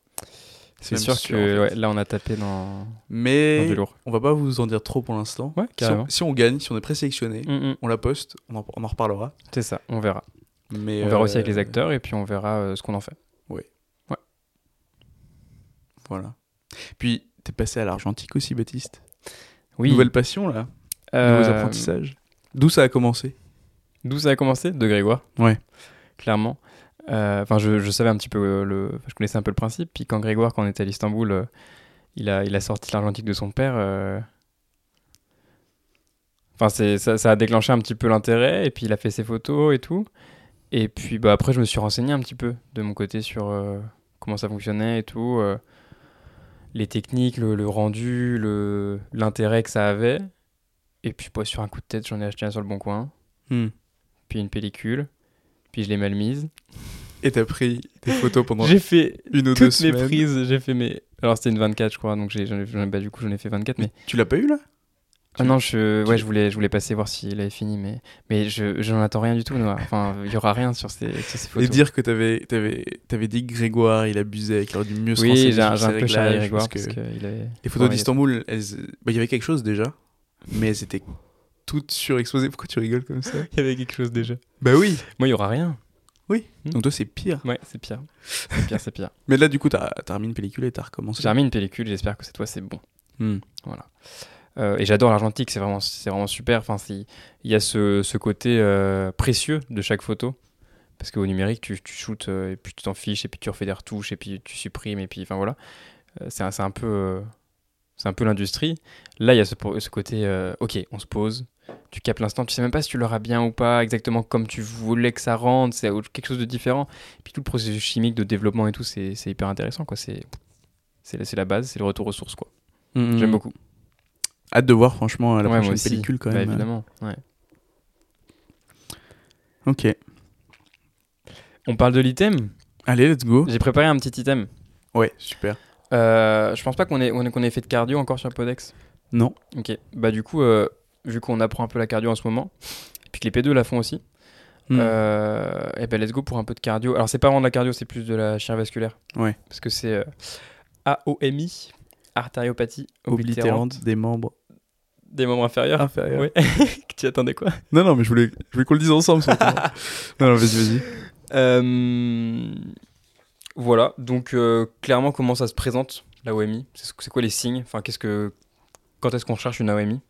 C'est même sûr, sûr, que en fait. ouais, là, on a tapé dans, dans Mais du lourd. On va pas vous en dire trop pour l'instant. Ouais, si, on, carrément. si on gagne, si on est présélectionné, Mhm. on la poste, on en, on en reparlera. C'est ça, on verra. Mais On verra euh, aussi avec les acteurs et puis on verra euh, ce qu'on en fait. Voilà. Puis, t'es passé à l'argentique aussi, Baptiste. Oui. Nouvelle passion, là. Euh, Nouveaux apprentissages. D'où ça a commencé D'où ça a commencé De Grégoire. Ouais. Clairement. Euh, Enfin, je, je savais un petit peu euh, le. enfin, Je connaissais un peu le principe. Puis quand Grégoire, quand on était à l'Istanbul, euh, il, a, il a sorti l'argentique de son père. euh, Enfin, c'est- ça, ça a déclenché un petit peu l'intérêt. Et puis il a fait ses photos et tout. Et puis bah, après, je me suis renseigné un petit peu de mon côté sur euh, comment ça fonctionnait et tout. euh, les techniques, le, le rendu, le- l'intérêt que ça avait. Et puis, pas sur un coup de tête, j'en ai acheté un sur le bon coin. Hmm. Puis une pellicule. Puis je l'ai mal mise. Et t'as pris (laughs) des photos pendant J'ai fait une ou deux toutes mes semaines. prises. J'ai fait mes. Alors, c'était une 24, je crois. Donc, j'ai, j'en ai- j'en ai- bah, du coup, j'en ai fait 24. Mais Tu l'as pas eu là Ah non, je, tu- ouais, je, voulais, je voulais passer voir s'il avait fini, mais, mais je, je n'en attends rien du tout, Noah. Enfin, il n'y aura rien sur ces, sur ces photos. Et dire que t'avais avais, dit que Grégoire, il abusait, qu'il aurait dû mieux se oui, renseigner j'ai un, sur j'ai ses un peu charrié réglages, Grégoire parce parce que qu'il avait. Les photos bon, il- d'Istanbul, elles- bah, il y avait quelque chose déjà, mais elles étaient toutes surexposées. Pourquoi tu rigoles comme ça Il y avait quelque chose déjà. Bah oui Moi, il n'y aura rien. Donc toi, c'est pire. Ouais, c'est pire. C'est pire, c'est (laughs) pire. Mais là, du coup, t'as t'as remis une pellicule et t'as recommencé. J'ai remis une pellicule, j'espère que cette fois, c'est bon. Hmm. Euh, et j'adore l'argentique, c'est vraiment, c'est vraiment super. Enfin, c'est- il y a ce, ce côté euh, précieux de chaque photo. Parce qu'au numérique, tu, tu shootes euh, et puis tu t'en fiches, et puis tu refais des retouches, et puis tu supprimes, et puis enfin voilà. Euh, c'est un, c'est un peu, euh, c'est un peu l'industrie. Là, il y a ce, pro- ce côté, euh, ok, on se pose, tu capes l'instant, tu sais même pas si tu l'auras bien ou pas, exactement comme tu voulais que ça rende, c'est autre- quelque chose de différent. Et puis tout le processus chimique de développement et tout, c'est c'est hyper intéressant, quoi. C'est c'est la- c'est la base, c'est le retour aux sources, quoi. Hmm. J'aime beaucoup. Hâte de voir, franchement, la Mm, Ouais, moi prochaine aussi. pellicule quand Bah, même. hein. évidemment. ouais. Ok. On parle de l'item. Allez, let's go. J'ai préparé un petit item. Ouais, super. Euh, je pense pas qu'on ait, qu'on ait- qu'on ait fait de cardio encore sur Podex. Non. Ok. Bah du coup, euh, vu qu'on apprend un peu la cardio en ce moment, et puis que les P2 la font aussi, Hmm. Euh, et ben let's go pour un peu de cardio. Alors c'est pas vraiment de la cardio, c'est plus de la chirurgie vasculaire. Ouais. Parce que c'est euh, AOMI, artériopathie oblitérante Oblitérante des membres des membres inférieurs. inférieurs. Ouais. (laughs) tu attendais quoi Non, non, mais je voulais, je voulais qu'on le dise ensemble. surtout. (laughs) non, non, vas-y, vas-y. Euh, voilà, donc euh, clairement comment ça se présente la OMI C'est c'est quoi les signes Enfin, qu'est-ce que quand est-ce qu'on cherche une OMI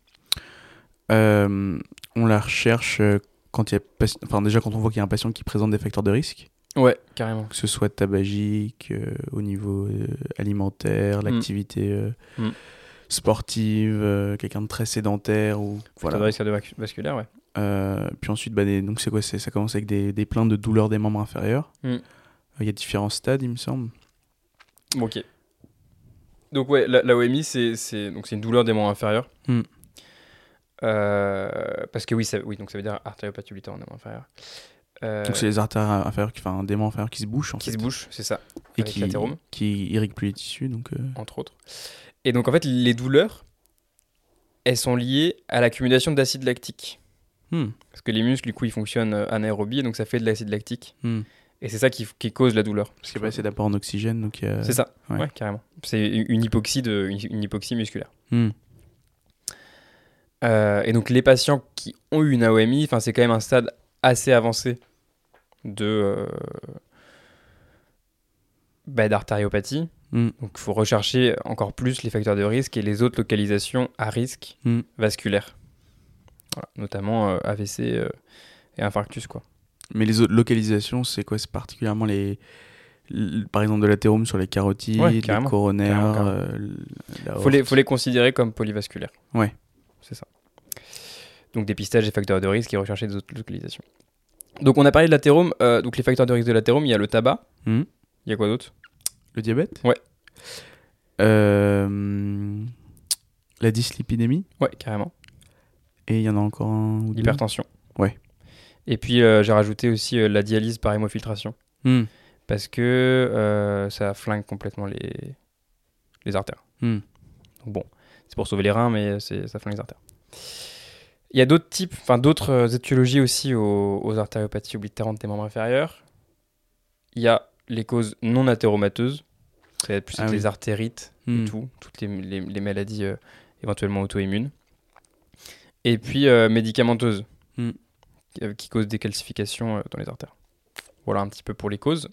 Euh, on la recherche euh, quand il y a pas- enfin déjà quand on voit qu'il y a un patient qui présente des facteurs de risque, Ouais, carrément. que ce soit tabagique, euh, au niveau euh, alimentaire, l'activité euh, Mm. sportive, euh, quelqu'un de très sédentaire ou Voilà. voilà. vasculaire, ouais. Euh, puis ensuite, bah, des- donc c'est quoi c'est- Ça commence avec des, des plaintes de douleurs des membres inférieurs. Mm. Euh, Il y a différents stades, il me semble. Bon, ok. Donc ouais, la, la OMI c'est c'est- donc c'est une douleur des membres inférieurs. Hmm. Euh, parce que oui, ça, oui, donc ça veut dire artériopathie oblitérante des membres inférieurs. Euh, Donc c'est les artères inférieures, qui, enfin des membres inférieurs qui se bouchent en qui se fait, bouche, c'est ça, et avec qui, l'athérome. qui irriguent plus les tissus. Donc euh, entre autres. Et donc en fait, les douleurs, elles sont liées à l'accumulation d'acide lactique. hmm, Parce que les muscles, du coup, ils fonctionnent euh, anaérobie, donc ça fait de l'acide lactique. hmm. Et c'est ça qui, qui cause la douleur. parce qu'il n'y a pas assez d'apport en oxygène, donc il y a- C'est ça, Ah ouais. ouais, carrément. C'est une hypoxie, de, une, une hypoxie musculaire. Hmm. Euh, et donc les patients qui ont eu une AOMI, enfin, c'est quand même un stade assez avancé de euh, bah, d'artériopathie. Mm. Donc il faut rechercher encore plus les facteurs de risque et les autres localisations à risque Mm. vasculaire. Voilà, notamment euh, AVC euh, et infarctus, quoi. Mais les autres localisations, c'est quoi C'est particulièrement les. l- Par exemple, de l'athérome sur les carotides, Ouais, les carrément. coronaires. Carrément, carrément. euh, l- la faut les, aorte. faut les considérer comme polyvasculaires. Ouais. C'est ça. Donc dépistage des facteurs de risque et rechercher des autres localisations. Donc on a parlé de l'athérome. euh, donc les facteurs de risque de l'athérome, il y a le tabac. Hmm. Il y a quoi d'autre Le diabète Ouais. Euh, La dyslipidémie Ouais, carrément. Et il y en a encore un ou deux L'hypertension. Ouais. Et puis euh, j'ai rajouté aussi euh, la dialyse par hémofiltration. Hmm, Parce que euh, ça flingue complètement les, les artères. hmm. Donc bon, c'est pour sauver les reins, mais c'est, ça flingue les artères. Il y a d'autres types, enfin d'autres euh, étiologies aussi aux, aux artériopathies oblitérantes des membres inférieurs. Il y a les causes non athéromateuses, c'est plus Ah avec oui. les artérites Hmm. et tout, toutes les, les- les maladies euh, éventuellement auto-immunes. Et puis euh, médicamenteuses, Hmm. qui, euh, qui causent des calcifications euh, dans les artères. Voilà un petit peu pour les causes.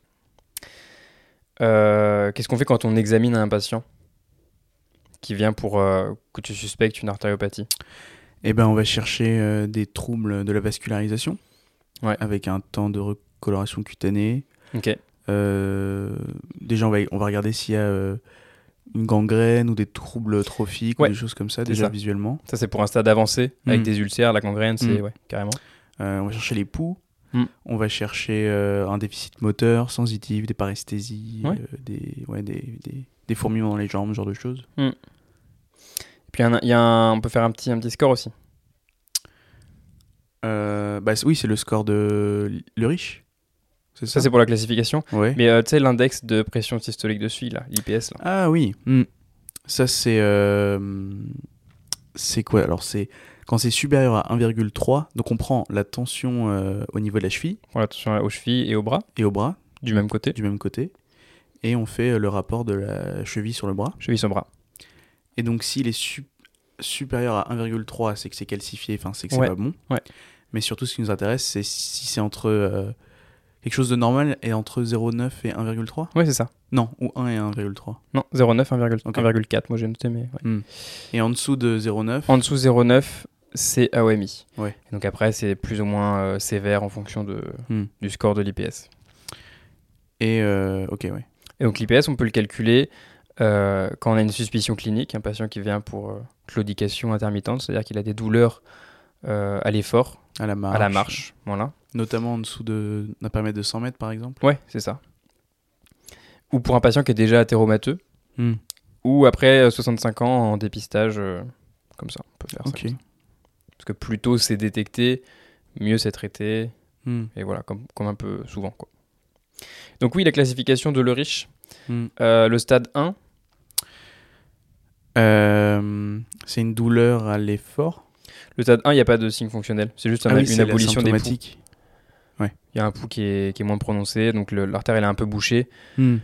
Euh, Qu'est-ce qu'on fait quand on examine un patient qui vient pour euh, que tu suspectes une artériopathie Eh ben, on va chercher euh, des troubles de la vascularisation. Ouais. Avec un temps de recoloration cutanée. Ok. Euh, Déjà, on va, on va regarder s'il y a euh, une gangrène ou des troubles trophiques Ouais. ou des choses comme ça, C'est déjà ça. visuellement. Ça, c'est pour un stade avancé, avec Mm. des ulcères, la gangrène, c'est Mm. ouais, carrément. Euh, on va chercher les poux. Mm. On va chercher euh, un déficit moteur, sensitif, des paresthésies, Ouais. euh, des, ouais, des, des, des fourmillements dans les jambes, ce genre de choses. Et puis, il y a un- il y a un- on peut faire un petit, un petit score aussi. Euh, bah, c- oui, c'est le score de le riche. C'est Ça, c'est pour la classification. Ouais. Mais euh, tu sais, l'index de pression systolique de celui là, l'IPS, là. Ah oui. Hmm. Ça, c'est. euh, C'est quoi Alors, c'est quand c'est supérieur à 1,3. Donc, on prend la tension euh, au niveau de la cheville Voilà, attention aux chevilles et aux bras, et au bras, du même côté. du même côté. Et on fait euh, le rapport de la cheville sur le bras. Cheville sur bras. Et donc, s'il est sup- supérieur à 1,3, c'est que c'est calcifié, enfin, c'est que c'est Ouais, pas bon. ouais. Mais surtout, ce qui nous intéresse, c'est si c'est entre euh, quelque chose de normal et entre 0,9 et 1,3. Ouais, c'est ça. Non, ou 1 et 1,3. Non, 0,9, 1,4. Ok. 1,4, moi j'ai noté, mais. ouais. Et en dessous de 0,9, En dessous 0,9, c'est AOMI. Ouais. Et donc après, c'est plus ou moins euh, sévère en fonction de, Hmm. du score de l'IPS. et. euh, ok, ouais. Et donc l'IPS, on peut le calculer euh, quand on a une suspicion clinique, un patient qui vient pour euh, claudication intermittente, c'est-à-dire qu'il a des douleurs euh, à l'effort, À la marche. à la marche. Voilà. Notamment en dessous de- d'un paramètre de 100 mètres, par exemple. Ouais, c'est ça. Ou pour un patient qui est déjà athéromateux, Hmm. ou après euh, 65 ans en dépistage, euh, comme ça, on peut faire ça Ok. comme ça. Parce que plus tôt c'est détecté, mieux c'est traité, Hmm. et voilà, comme, comme un peu souvent. Quoi. Donc oui, la classification de Lerich, Hmm. euh, le stade 1, Euh, c'est une douleur à l'effort. le stade 1, il n'y a pas de signe fonctionnel, c'est juste un- Ah oui, une c'est la abolition des poux. symptomatique. Il y a un pouls qui est, qui est moins prononcé, donc le- l'artère elle est un peu bouchée, Hmm.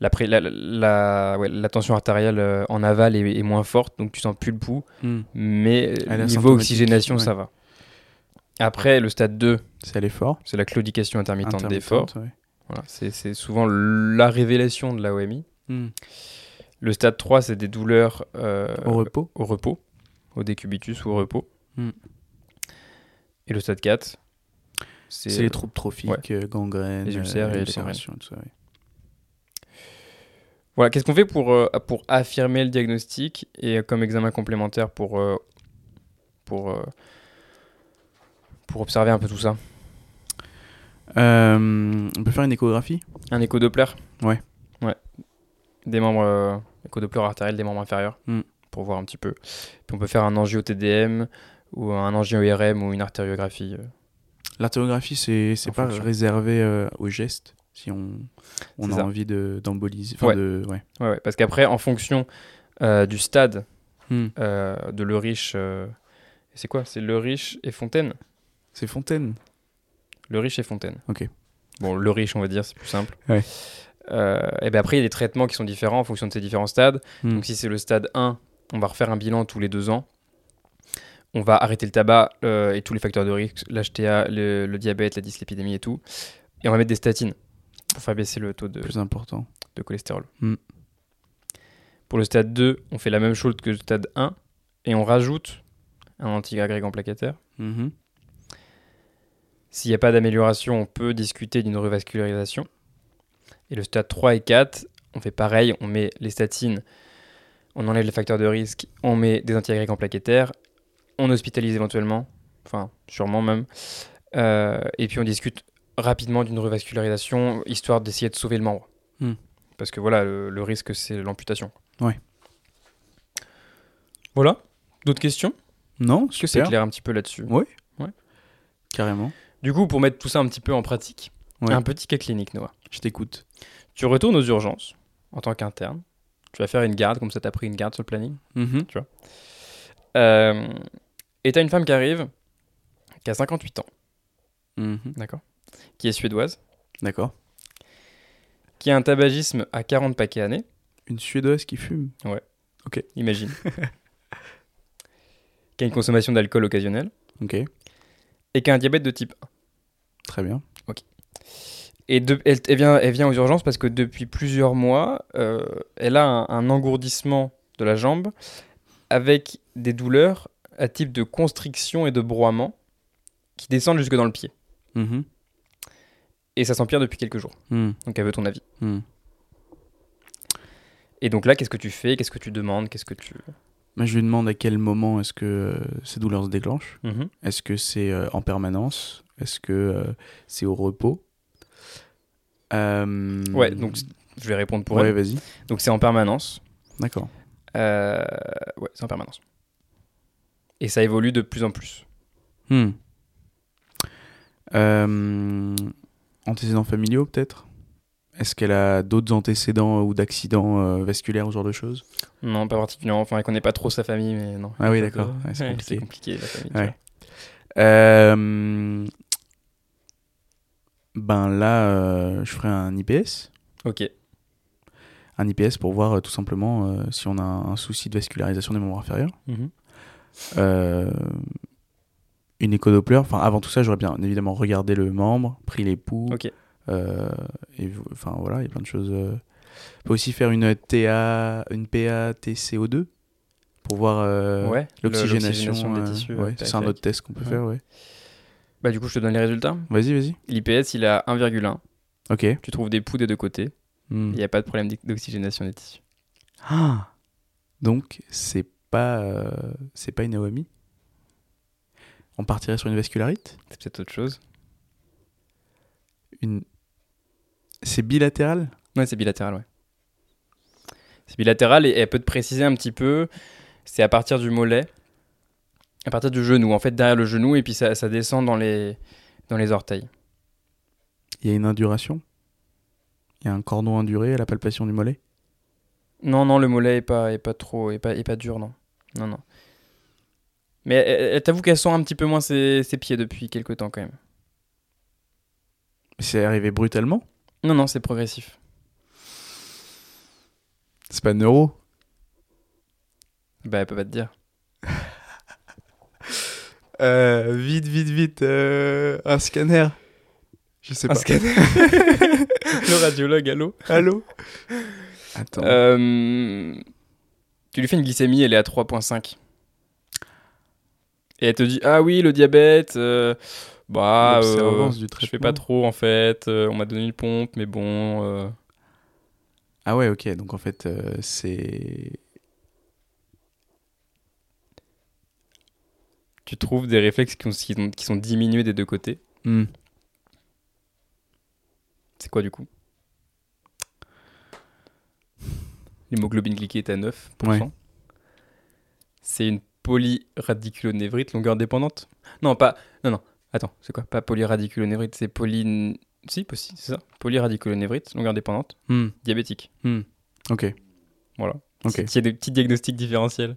la, pré- la, la- ouais, la tension artérielle euh, en aval est, est moins forte, donc tu sens plus le pouls, Hmm. mais Elle est euh, niveau asymptomatique, oxygénation, ouais. ça va. Après, le stade 2, C'est à l'effort. c'est la claudication intermittente Intermittente, d'effort. ouais. Voilà, c'est c'est souvent la révélation de la OMI. Hmm. Le stade 3, c'est des douleurs euh, Au repos. au repos, au décubitus ou au repos. Hmm. Et le stade 4, C'est les troubles trophiques, ouais. euh, gangrènes, Les ulcères euh, et les ulcérations et tout ça, ouais. Voilà, qu'est-ce qu'on fait pour, euh, pour affirmer le diagnostic et euh, comme examen complémentaire pour, euh, pour, euh, pour observer un peu tout ça Euh, on peut faire une échographie Un écho Doppler Ouais. Ouais. Des membres. euh, écho Doppler artériel des membres inférieurs. Mm. Pour voir un petit peu. Puis on peut faire un angio-TDM ou un angio-IRM ou une artériographie. euh. L'artériographie, c'est c'est En pas fonction. réservé euh, aux gestes, si on, on C'est a ça. envie de- d'emboliser. enfin Ouais. de- ouais. Ouais, ouais, Parce qu'après, en fonction euh, du stade Hmm. euh, de Le Riche. euh, C'est quoi C'est Le Riche et Fontaine C'est Fontaine. Le riche et Fontaine. Ok. Bon, le riche, on va dire, c'est plus simple. Ouais. Euh, et ben après, il y a des traitements qui sont différents en fonction de ces différents stades. Mm. Donc, si c'est le stade 1, on va refaire un bilan tous les deux ans. On va arrêter le tabac euh, et tous les facteurs de risque, l'HTA, le, le diabète, la dyslipidémie et tout. Et on va mettre des statines pour faire baisser le taux de, Plus important. de cholestérol. Mm. Pour le stade 2, on fait la même chose que le stade 1 et on rajoute un antiagrégant plaquettaire. Mhm. S'il n'y a pas d'amélioration, on peut discuter d'une revascularisation. Et le stade 3 et 4, on fait pareil, on met les statines, on enlève les facteurs de risque, on met des antiagrégants plaquettaires, on hospitalise éventuellement, enfin sûrement même, Euh, et puis on discute rapidement d'une revascularisation, histoire d'essayer de sauver le membre. Hmm. Parce que voilà, le, le risque, c'est l'amputation. Ouais. Voilà. D'autres questions Non, Est-ce que c'est super. clair un petit peu là-dessus Carrément. Du coup, pour mettre tout ça un petit peu en pratique, Ouais. un petit cas clinique, Noah. Je t'écoute. Tu retournes aux urgences en tant qu'interne. Tu vas faire une garde, comme ça t'as pris une garde sur le planning. Mhm. Euh, et t'as une femme qui arrive, qui a 58 ans, Mhm. d'accord Qui est suédoise, D'accord. qui a un tabagisme à 40 paquets années, Une Suédoise qui fume. imagine. qui a une consommation d'alcool occasionnelle Ok, et qui a un diabète de type 1. très bien. Et de- elle, elle vient, elle vient aux urgences parce que depuis plusieurs mois, euh, elle a un, un engourdissement de la jambe avec des douleurs à type de constriction et de broiement qui descendent jusque dans le pied. Mhm. Et ça s'empire depuis quelques jours. Mm. Donc elle veut ton avis. Mm. Et donc là, qu'est-ce que tu fais Qu'est-ce que tu demandes Qu'est-ce que tu... Moi, je lui demande à quel moment est-ce que euh, ces douleurs se déclenchent. Est-ce que c'est euh, en permanence Est-ce que euh, c'est au repos Euh, Ouais, donc je vais répondre pour ouais, elle. vas-y. Donc c'est en permanence. D'accord. Euh, Ouais, c'est en permanence. Et ça évolue de plus en plus. Hmm. Euh, antécédents familiaux, peut-être Est-ce qu'elle a d'autres antécédents ou d'accidents euh, vasculaires ou ce genre de choses Non, pas particulièrement. Enfin, elle connaît pas trop sa famille, mais non. Ah oui, d'accord. Ouais, c'est Ouais, compliqué. la famille. tu Ouais. Euh, ben là, euh, je ferai un IPS. vois. Ok. Un IPS pour voir euh, tout simplement euh, si on a un souci de vascularisation des membres inférieurs. Mhm. Euh, une échodoppler. Enfin, avant tout ça, j'aurais bien évidemment regardé le membre, pris les pouls. Ok. euh, et vo- enfin voilà, il y a plein de choses. euh. On peut aussi faire une TA, une PATCO2 pour voir euh, ouais. le- l'oxygénation. l'oxygénation euh, des tissus. ouais, euh, c'est un périphériques. autre test qu'on peut Ouais. faire. Ouais. Bah, du coup, je te donne les résultats. Vas-y, vas-y. L'IPS, il a 1,1. Ok. Tu trouves des poux des deux côtés. Hmm. Il n'y a pas de problème d'ox- d'oxygénation des tissus. Ah Donc, c'est pas, euh, c'est pas une aomie. On partirait sur une vascularite C'est peut-être autre chose. une... C'est bilatéral Ouais, c'est bilatéral, ouais. C'est bilatéral et elle peut te préciser un petit peu. C'est à partir du mollet, à partir du genou, en fait, derrière le genou, et puis ça, ça descend dans les, dans les orteils. Il y a une induration Il y a un cordon induré à la palpation du mollet Non, non, le mollet est pas, est pas trop, est pas, est pas dur, non. Non, non. Mais elle, elle t'avoue qu'elle sent un petit peu moins ses, ses pieds depuis quelques temps, quand même. C'est arrivé brutalement Non, non, c'est progressif. C'est pas neuro Bah, elle peut pas te dire. Euh, Vite, vite, vite euh, Un scanner Je sais pas. Un scanner. (laughs) le radiologue, allô (laughs) Allô Attends. Euh, tu lui fais une glycémie, elle est à 3.5. Et elle te dit Ah oui, le diabète, euh, bah, euh, L'observance du je fais traitement. pas trop en fait, euh, on m'a donné une pompe, mais bon. euh, Ah ouais, ok. Donc en fait, euh, c'est... tu trouves des réflexes qui, ont- qui ont- qui sont diminués des deux côtés. Hmm. C'est quoi du coup L'hémoglobine glyquée est à 9%. Ouais. C'est une polyradiculonévrite longueur dépendante Non, pas. Non, non. Attends, c'est quoi Pas polyradiculonévrite, c'est poly. Si, possible, c'est ça. Polyradiculonévrite longueur dépendante, Hmm. diabétique. Ok. Voilà. Ok. Il y a des petits (gasps) diagnostics différentiels.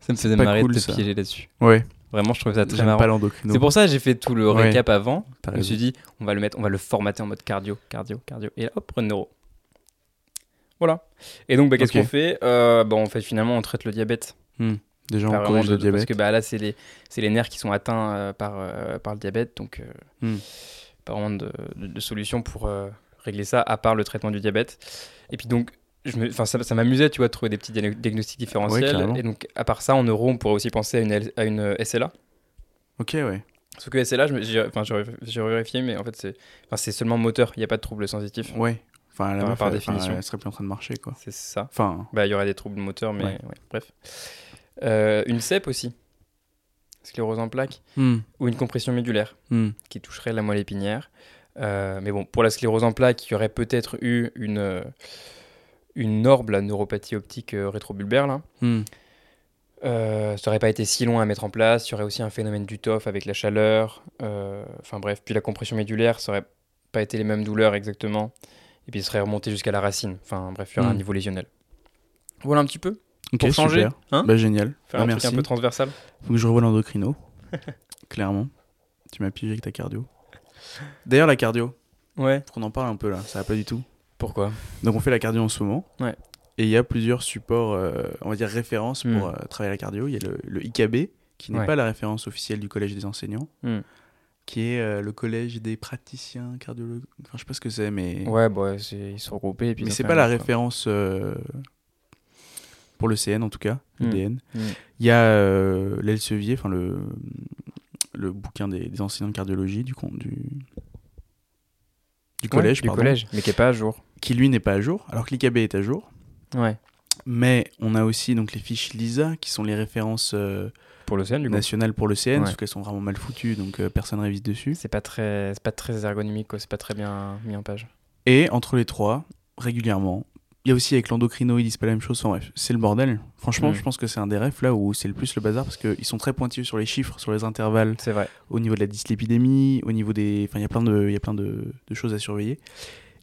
Ça me faisait pas marrer cool, de te ça. piéger là-dessus. Ouais. Vraiment, je trouvais ça très J'aime pas marrant. l'endocrino. C'est pour ça que j'ai fait tout le Ouais. récap avant. T'as Je me raison. suis dit, on va le mettre, on va le formater en mode cardio, cardio, cardio. Et là, hop, neuro. Voilà. Et donc, bah, qu'est-ce Ok. qu'on fait Euh, bah, En fait, finalement, on traite le diabète. Déjà, on Pas vraiment commence le- le diabète. Parce que bah, là, c'est les, c'est les nerfs qui sont atteints euh, par, euh, par le diabète. Donc, euh, Hmm. pas vraiment de, de- de solution pour euh, régler ça, à part le traitement du diabète. Et puis, donc, je me, enfin, ça, ça m'amusait, tu vois, de trouver des petits diagno- diagnostics différentiels. carrément. et donc, à part ça, en neuro, on pourrait aussi penser à une, L- à une euh, SLA. Ok, ouais. Sauf que SLA, je me- j'ai enfin, j'ai ré- j'ai vérifié, mais en fait, c'est enfin, c'est seulement moteur. Il n'y a pas de trouble sensitif. Ouais. Enfin, la Par- meuf, par elle- enfin, définition. elle serait plus en train de marcher, quoi. C'est ça. Enfin, Bah, il y aurait des troubles moteurs, mais Ouais. ouais, bref. Euh, une CEP aussi, sclérose en plaques, hmm, ou une compression médulaire hmm, qui toucherait la moelle épinière. Euh, mais bon, pour la sclérose en plaques, il y aurait peut-être eu une, euh, une orbe, la neuropathie optique euh, rétrobulbaire, là. hmm. Euh, ça aurait pas été si long à mettre en place. Il y aurait aussi un phénomène du TOF avec la chaleur. euh, Enfin bref, puis la compression médulaire, ça aurait pas été les mêmes douleurs exactement. Et puis, il serait remonté jusqu'à la racine. Enfin bref, il y aurait Mm. un niveau lésionnel. Voilà un petit peu Ok, pour changer. super. Hein Bah, génial. Faire Bah, un merci. truc un peu transversal. Faut que je revoie (laughs) l'endocrino. Clairement. Tu m'as pigé avec ta cardio. D'ailleurs, la cardio, Ouais. pour qu'on en parle un peu là, ça va pas du tout. Pourquoi Donc, on fait la cardio en ce moment. Ouais. Et il y a plusieurs supports, euh, on va dire références Hmm. pour euh, travailler la cardio. Il y a le, le IKB, qui n'est Ouais. pas la référence officielle du collège des enseignants, Hmm. qui est euh, le collège des praticiens cardiologues. Enfin, je sais pas ce que c'est, mais. Ouais, bah, c'est- ils sont regroupés. Et puis Mais ils ont c'est fait pas un la autre, hein. quoi. référence euh, pour le CN en tout cas, le Mm. DN. Mm. Il y a euh, l'Elsevier, enfin le, le bouquin des, des enseignants de cardiologie du, con- du, du Ouais, collège, du pardon, collège, mais qui est pas à jour. qui lui n'est pas à jour, alors que l'IKB est à jour. Ouais. Mais on a aussi donc les fiches LISA qui sont les références euh, Pour l'océan, du coup. nationales pour le CN, Ouais. sauf qu'elles sont vraiment mal foutues, donc euh, personne révise dessus. C'est pas très, c'est pas très ergonomique, quoi. C'est pas très bien mis en page. Et entre les trois, régulièrement, Il y a aussi avec l'endocrino, ils disent pas la même chose. Enfin bref, c'est le bordel. Franchement, Mm. je pense que c'est un des refs là où c'est le plus le bazar parce qu'ils sont très pointilleux sur les chiffres, sur les intervalles, C'est vrai. au niveau de la dyslipidémie, au niveau des. Enfin, il y a plein de, il y a plein de, de choses à surveiller.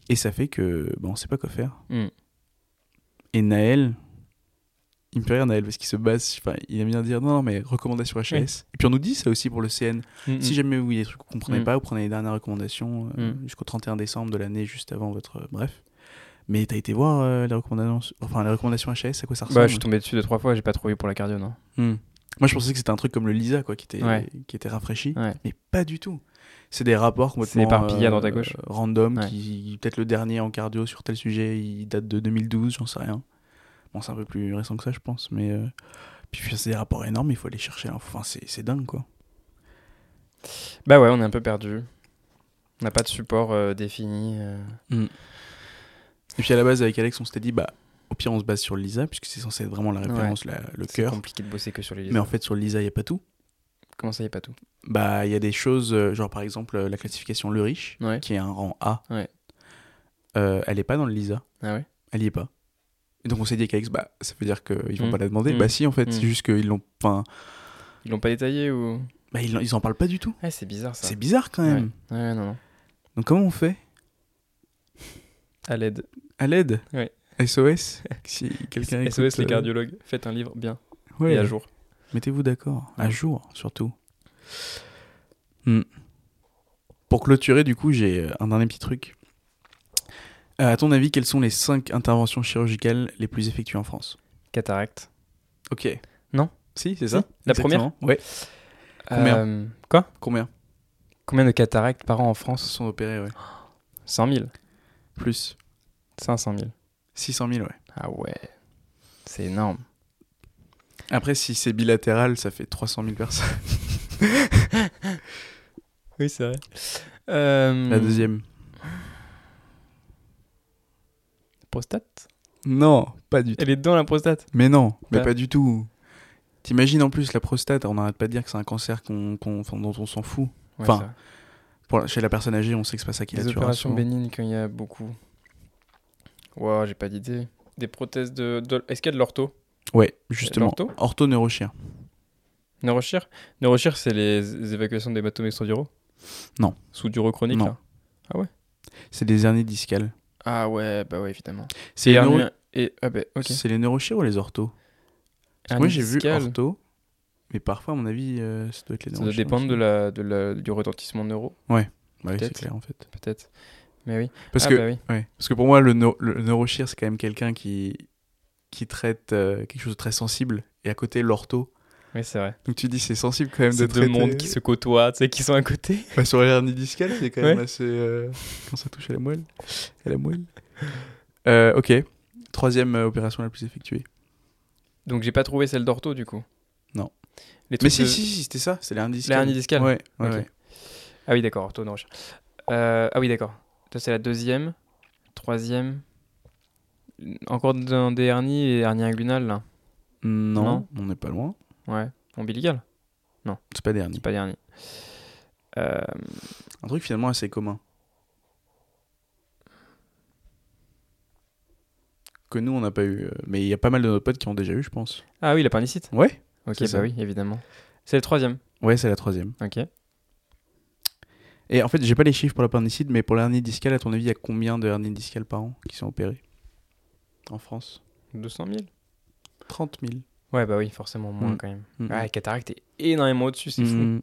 Et ça fait que bah, on sait pas quoi faire. Mm. Et Naël, il me fait rire Naël parce qu'il se base. Enfin, il aime bien dire non, non, mais recommandation HLS. Oui. Et puis on nous dit ça aussi pour le CN. Mm, Si mm. jamais vous il y a des trucs que vous comprenez Mm. pas, vous prenez les dernières recommandations euh, Mm. jusqu'au 31 décembre de l'année juste avant votre. euh, bref. Mais t'as été voir euh, les recommandations, enfin les recommandations HLS, à quoi ça ressemble Bah, je suis tombé dessus deux trois fois, j'ai pas trouvé pour la cardio, non. Hmm. Moi, je pensais que c'était un truc comme le Lisa, quoi, qui était, Ouais. qui était rafraîchi, Ouais. mais pas du tout. C'est des rapports complètement euh, éparpillé à droite à gauche. random, Ouais. qui peut-être le dernier en cardio sur tel sujet, il date de 2012, j'en sais rien. Bon, c'est un peu plus récent que ça, je pense, mais euh, puis c'est des rapports énormes, il faut aller chercher. l'info. Enfin, c'est c'est dingue, quoi. Bah ouais, on est un peu perdu. On n'a pas de support euh, défini. euh. Et puis à la base, avec Alex, on s'était dit, bah, au pire, on se base sur le Lisa, puisque c'est censé être vraiment la référence, la- le C'est cœur. compliqué de bosser que sur les. Mais en fait, sur le Lisa, il n'y a pas tout. Comment ça y est pas tout Bah, il y a des choses, euh, genre par exemple, euh, la classification Le Riche. Ouais. qui est un rang A, Ouais. euh, elle est pas dans le LISA. Ah ouais. Elle y est pas. Et donc on s'est dit qu'avec bah, ça veut dire qu'ils vont Mm. pas la demander. Mm. Bah si, en fait, c'est Mm. juste qu'ils l'ont. Enfin, Ils l'ont pas détaillé ou bah, ils, l'ont- ils en parlent pas du tout. Ouais, c'est bizarre ça. C'est bizarre quand Ouais. même. Ouais, non, non. Donc comment on fait À l'aide. À l'aide Ouais. (laughs) SOS Si quelqu'un SOS écoute, les euh, cardiologues, faites un livre bien ouais, et à jour. Mettez-vous d'accord. À Ouais. jour, surtout. Mm. Pour clôturer, du coup, j'ai euh, un dernier petit truc. Euh, à ton avis, quelles sont les 5 interventions chirurgicales les plus effectuées en France Cataracte. Ok. Non Si, c'est Si, la première Oh. Ouais. Combien Euh, Quoi Combien Combien de cataractes par an en se France sont opérés, Oh. ouais. 100 000. Plus 500 000. 600 000, ouais. Ah ouais. C'est énorme. Après, si c'est bilatéral, ça fait 300 000 personnes. Oui, c'est vrai. Euh, Hmm. La deuxième Prostate Non, pas du tout. Elle est dans la prostate. Mais non, mais Ah. pas du tout. T'imagines en plus la prostate, on n'arrête pas de dire que c'est un cancer qu'on, qu'on- enfin, dont on s'en fout. Ouais, Enfin, c'est vrai. Pour la- chez la personne âgée, on sait que c'est pas ça qui la hein. Des tuera. opérations souvent. bénignes quand il y a beaucoup. Waouh, j'ai pas d'idée. Des prothèses de. de- Est-ce qu'il y a de l'ortho Ouais, justement. L'ortho Ortho-neurochir. Neurochir Neurochir, c'est les, les évacuations des hématomes extraduraux Non. Sous-duro chronique Non. là C'est des hernies discales. Ah ouais, bah ouais, évidemment. C'est, les, hernie- neuro- et ah bah, ok. c'est les neurochir ou les orthos Parce que Hernie Moi, j'ai vu discale, ortho, mais parfois, à mon avis, euh, ça doit être les Ça doit neurochirs. dépendre de aussi. la, de la- du retentissement neuro, Ouais, c'est peut-être. clair, en fait. peut-être. Mais oui. Parce Ah que bah oui. Ouais, parce que pour moi, le, neu- le neurochir, c'est quand même quelqu'un qui, qui traite euh, quelque chose de très sensible, et à côté, l'ortho. Oui, c'est vrai. Donc tu dis, c'est sensible quand même de C'est traiter... deux mondes qui se côtoient, tu sais, qui sont à côté. Bah, sur l'hernie discale, c'est quand même Ouais. assez... euh, Quand ça touche à la moelle. À la (laughs) moelle. Euh, ok. Troisième euh, opération la plus effectuée. Donc j'ai pas trouvé celle d'ortho du coup. Non. Les Mais trucs si, de- si, si, c'était ça, c'est l'hernie discale. L'hernie discale. Ouais, ouais, Ok. ouais. Ah oui, d'accord, ortho, neurochir. Euh, ah oui, d'accord. Ça, c'est la deuxième. Troisième. Encore dans des hernies et hernies inguinales là. Non, Non. on n'est pas loin. Ouais. Ombilicale C'est pas des hernies. C'est pas des hernies. Euh, Un truc finalement assez commun. Que nous, on n'a pas eu. euh, Mais il y a pas mal de nos potes qui ont déjà eu, je pense. Ah oui, l'appendicite. Ouais Ok, C'est bah ça. oui, évidemment. C'est le troisième. Ouais, c'est la troisième. Ok. Et en fait, j'ai pas les chiffres pour l'appendicite, mais pour l'hernie discale, à ton avis, il y a combien de hernies discales par an qui sont opérées En France 200 000 30 000. Ouais, bah oui, forcément moins Mm. quand même. Mm. Ouais, cataracte est énormément au-dessus, c'est fou. Mm.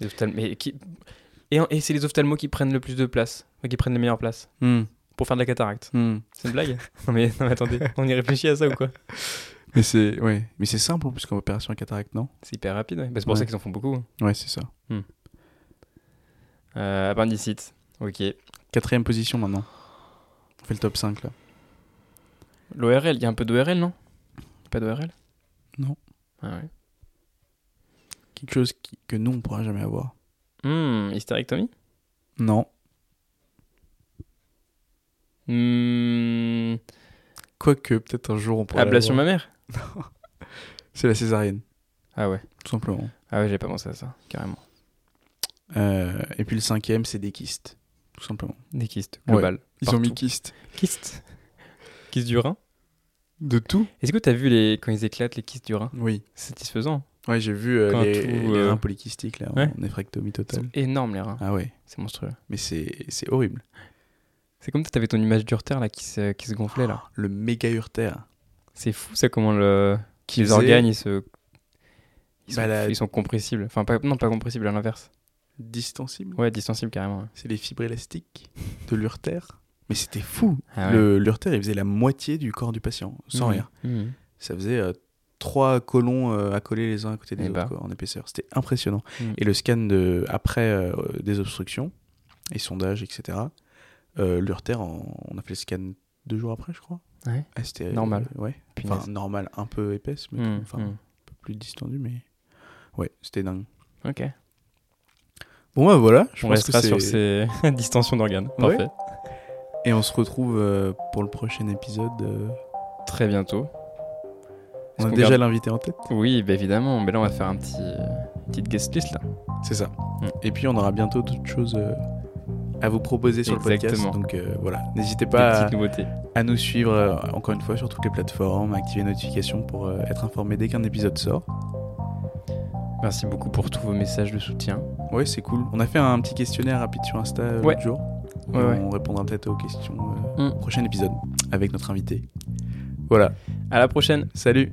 Les ophtalm- mais qui- Et, et c'est les ophtalmos qui prennent le plus de place, enfin, qui prennent les meilleures places Mm. pour faire de la cataracte. Mm. C'est une blague (laughs) non, mais, non, mais attendez, on y réfléchit à ça ou quoi Mais c'est ouais. Mais c'est simple en plus qu'en opération cataracte, non C'est hyper rapide, ouais. Bah, c'est pour Ouais. ça qu'ils en font beaucoup. Ouais, c'est ça. Euh, appendicite, ok. Quatrième position maintenant. On fait le top 5 là. L'ORL, il y a un peu d'ORL, non Pas d'ORL Non. Ah ouais. Quelque chose qui- que nous, on pourra jamais avoir. Hmm, hystérectomie Non. Hmm, Quoique, peut-être un jour, on pourra. Ablation l'avoir. mammaire C'est la césarienne, Ah ouais. tout simplement. Ah ouais, j'ai pas pensé à ça, carrément. Euh, et puis le cinquième, c'est des kystes, tout simplement. Des kystes, Ouais. global. Ils ont Partout. mis kystes. Kyste kiss du Rhin De tout Est-ce que tu as vu les... quand ils éclatent les kisses du Rhin Oui. C'est satisfaisant. Ouais, j'ai vu euh, Quand les, tout, les euh, reins polykystiques, là, ouais. en néphrectomie C'est totale. énorme les reins. Ah ouais, C'est monstrueux. mais c'est c'est horrible. C'est comme si t'avais ton image d'Urter là qui se, qui se gonflait là. Oh, Le méga urtère. C'est fou ça comment le... Qui les faisait- organes ils se ils sont, Bah, la- ils sont compressibles. Enfin pas, non pas compressibles à l'inverse. Distensible Ouais distensibles carrément. ouais. C'est les fibres élastiques de l'urtère. Mais c'était fou. Ah ouais. Le- L'urtère, il faisait la moitié du corps du patient, sans Mhm. rien. Mhm. Ça faisait euh, trois colons euh, accolés les uns à côté des Eh autres bah. quoi, en épaisseur. C'était impressionnant. Mhm. Et le scan de, après euh, des obstructions et sondages, etc., euh, l'urtère, en- on a fait le scan deux jours après, je crois. Ouais. Ah, c'était, Normal. ouais. Punaise. Enfin, normal, un peu épaisse, mais Mhm. enfin, un peu plus distendu, mais ouais, c'était dingue. Ok. Bon, bah voilà, je On pense que restera c'est- Ah sur ces (laughs) distensions d'organes. Ouais. Parfait. Et on se retrouve euh, pour le prochain épisode. euh, Très bientôt. Est-ce On a qu'on déjà garde- l'invité en tête. Oui bah, évidemment. Mais là on va faire un petit euh, une petite guest list là. C'est ça. Mm. Et puis on aura bientôt d'autres choses euh, à vous proposer sur le Exactement. podcast. Donc euh, voilà, n'hésitez Des pas à, petites nouveautés. à nous suivre euh, encore une fois sur toutes les plateformes, à activer les notifications pour euh, être informé dès qu'un épisode sort. Merci beaucoup pour tous vos messages de soutien. Ouais, c'est cool. On a fait un petit questionnaire rapide sur Insta euh, Ouais. l'autre jour. Et Ouais, ouais. On répondra peut-être aux questions euh, Mm. au prochain épisode avec notre invité. Voilà, À la prochaine. salut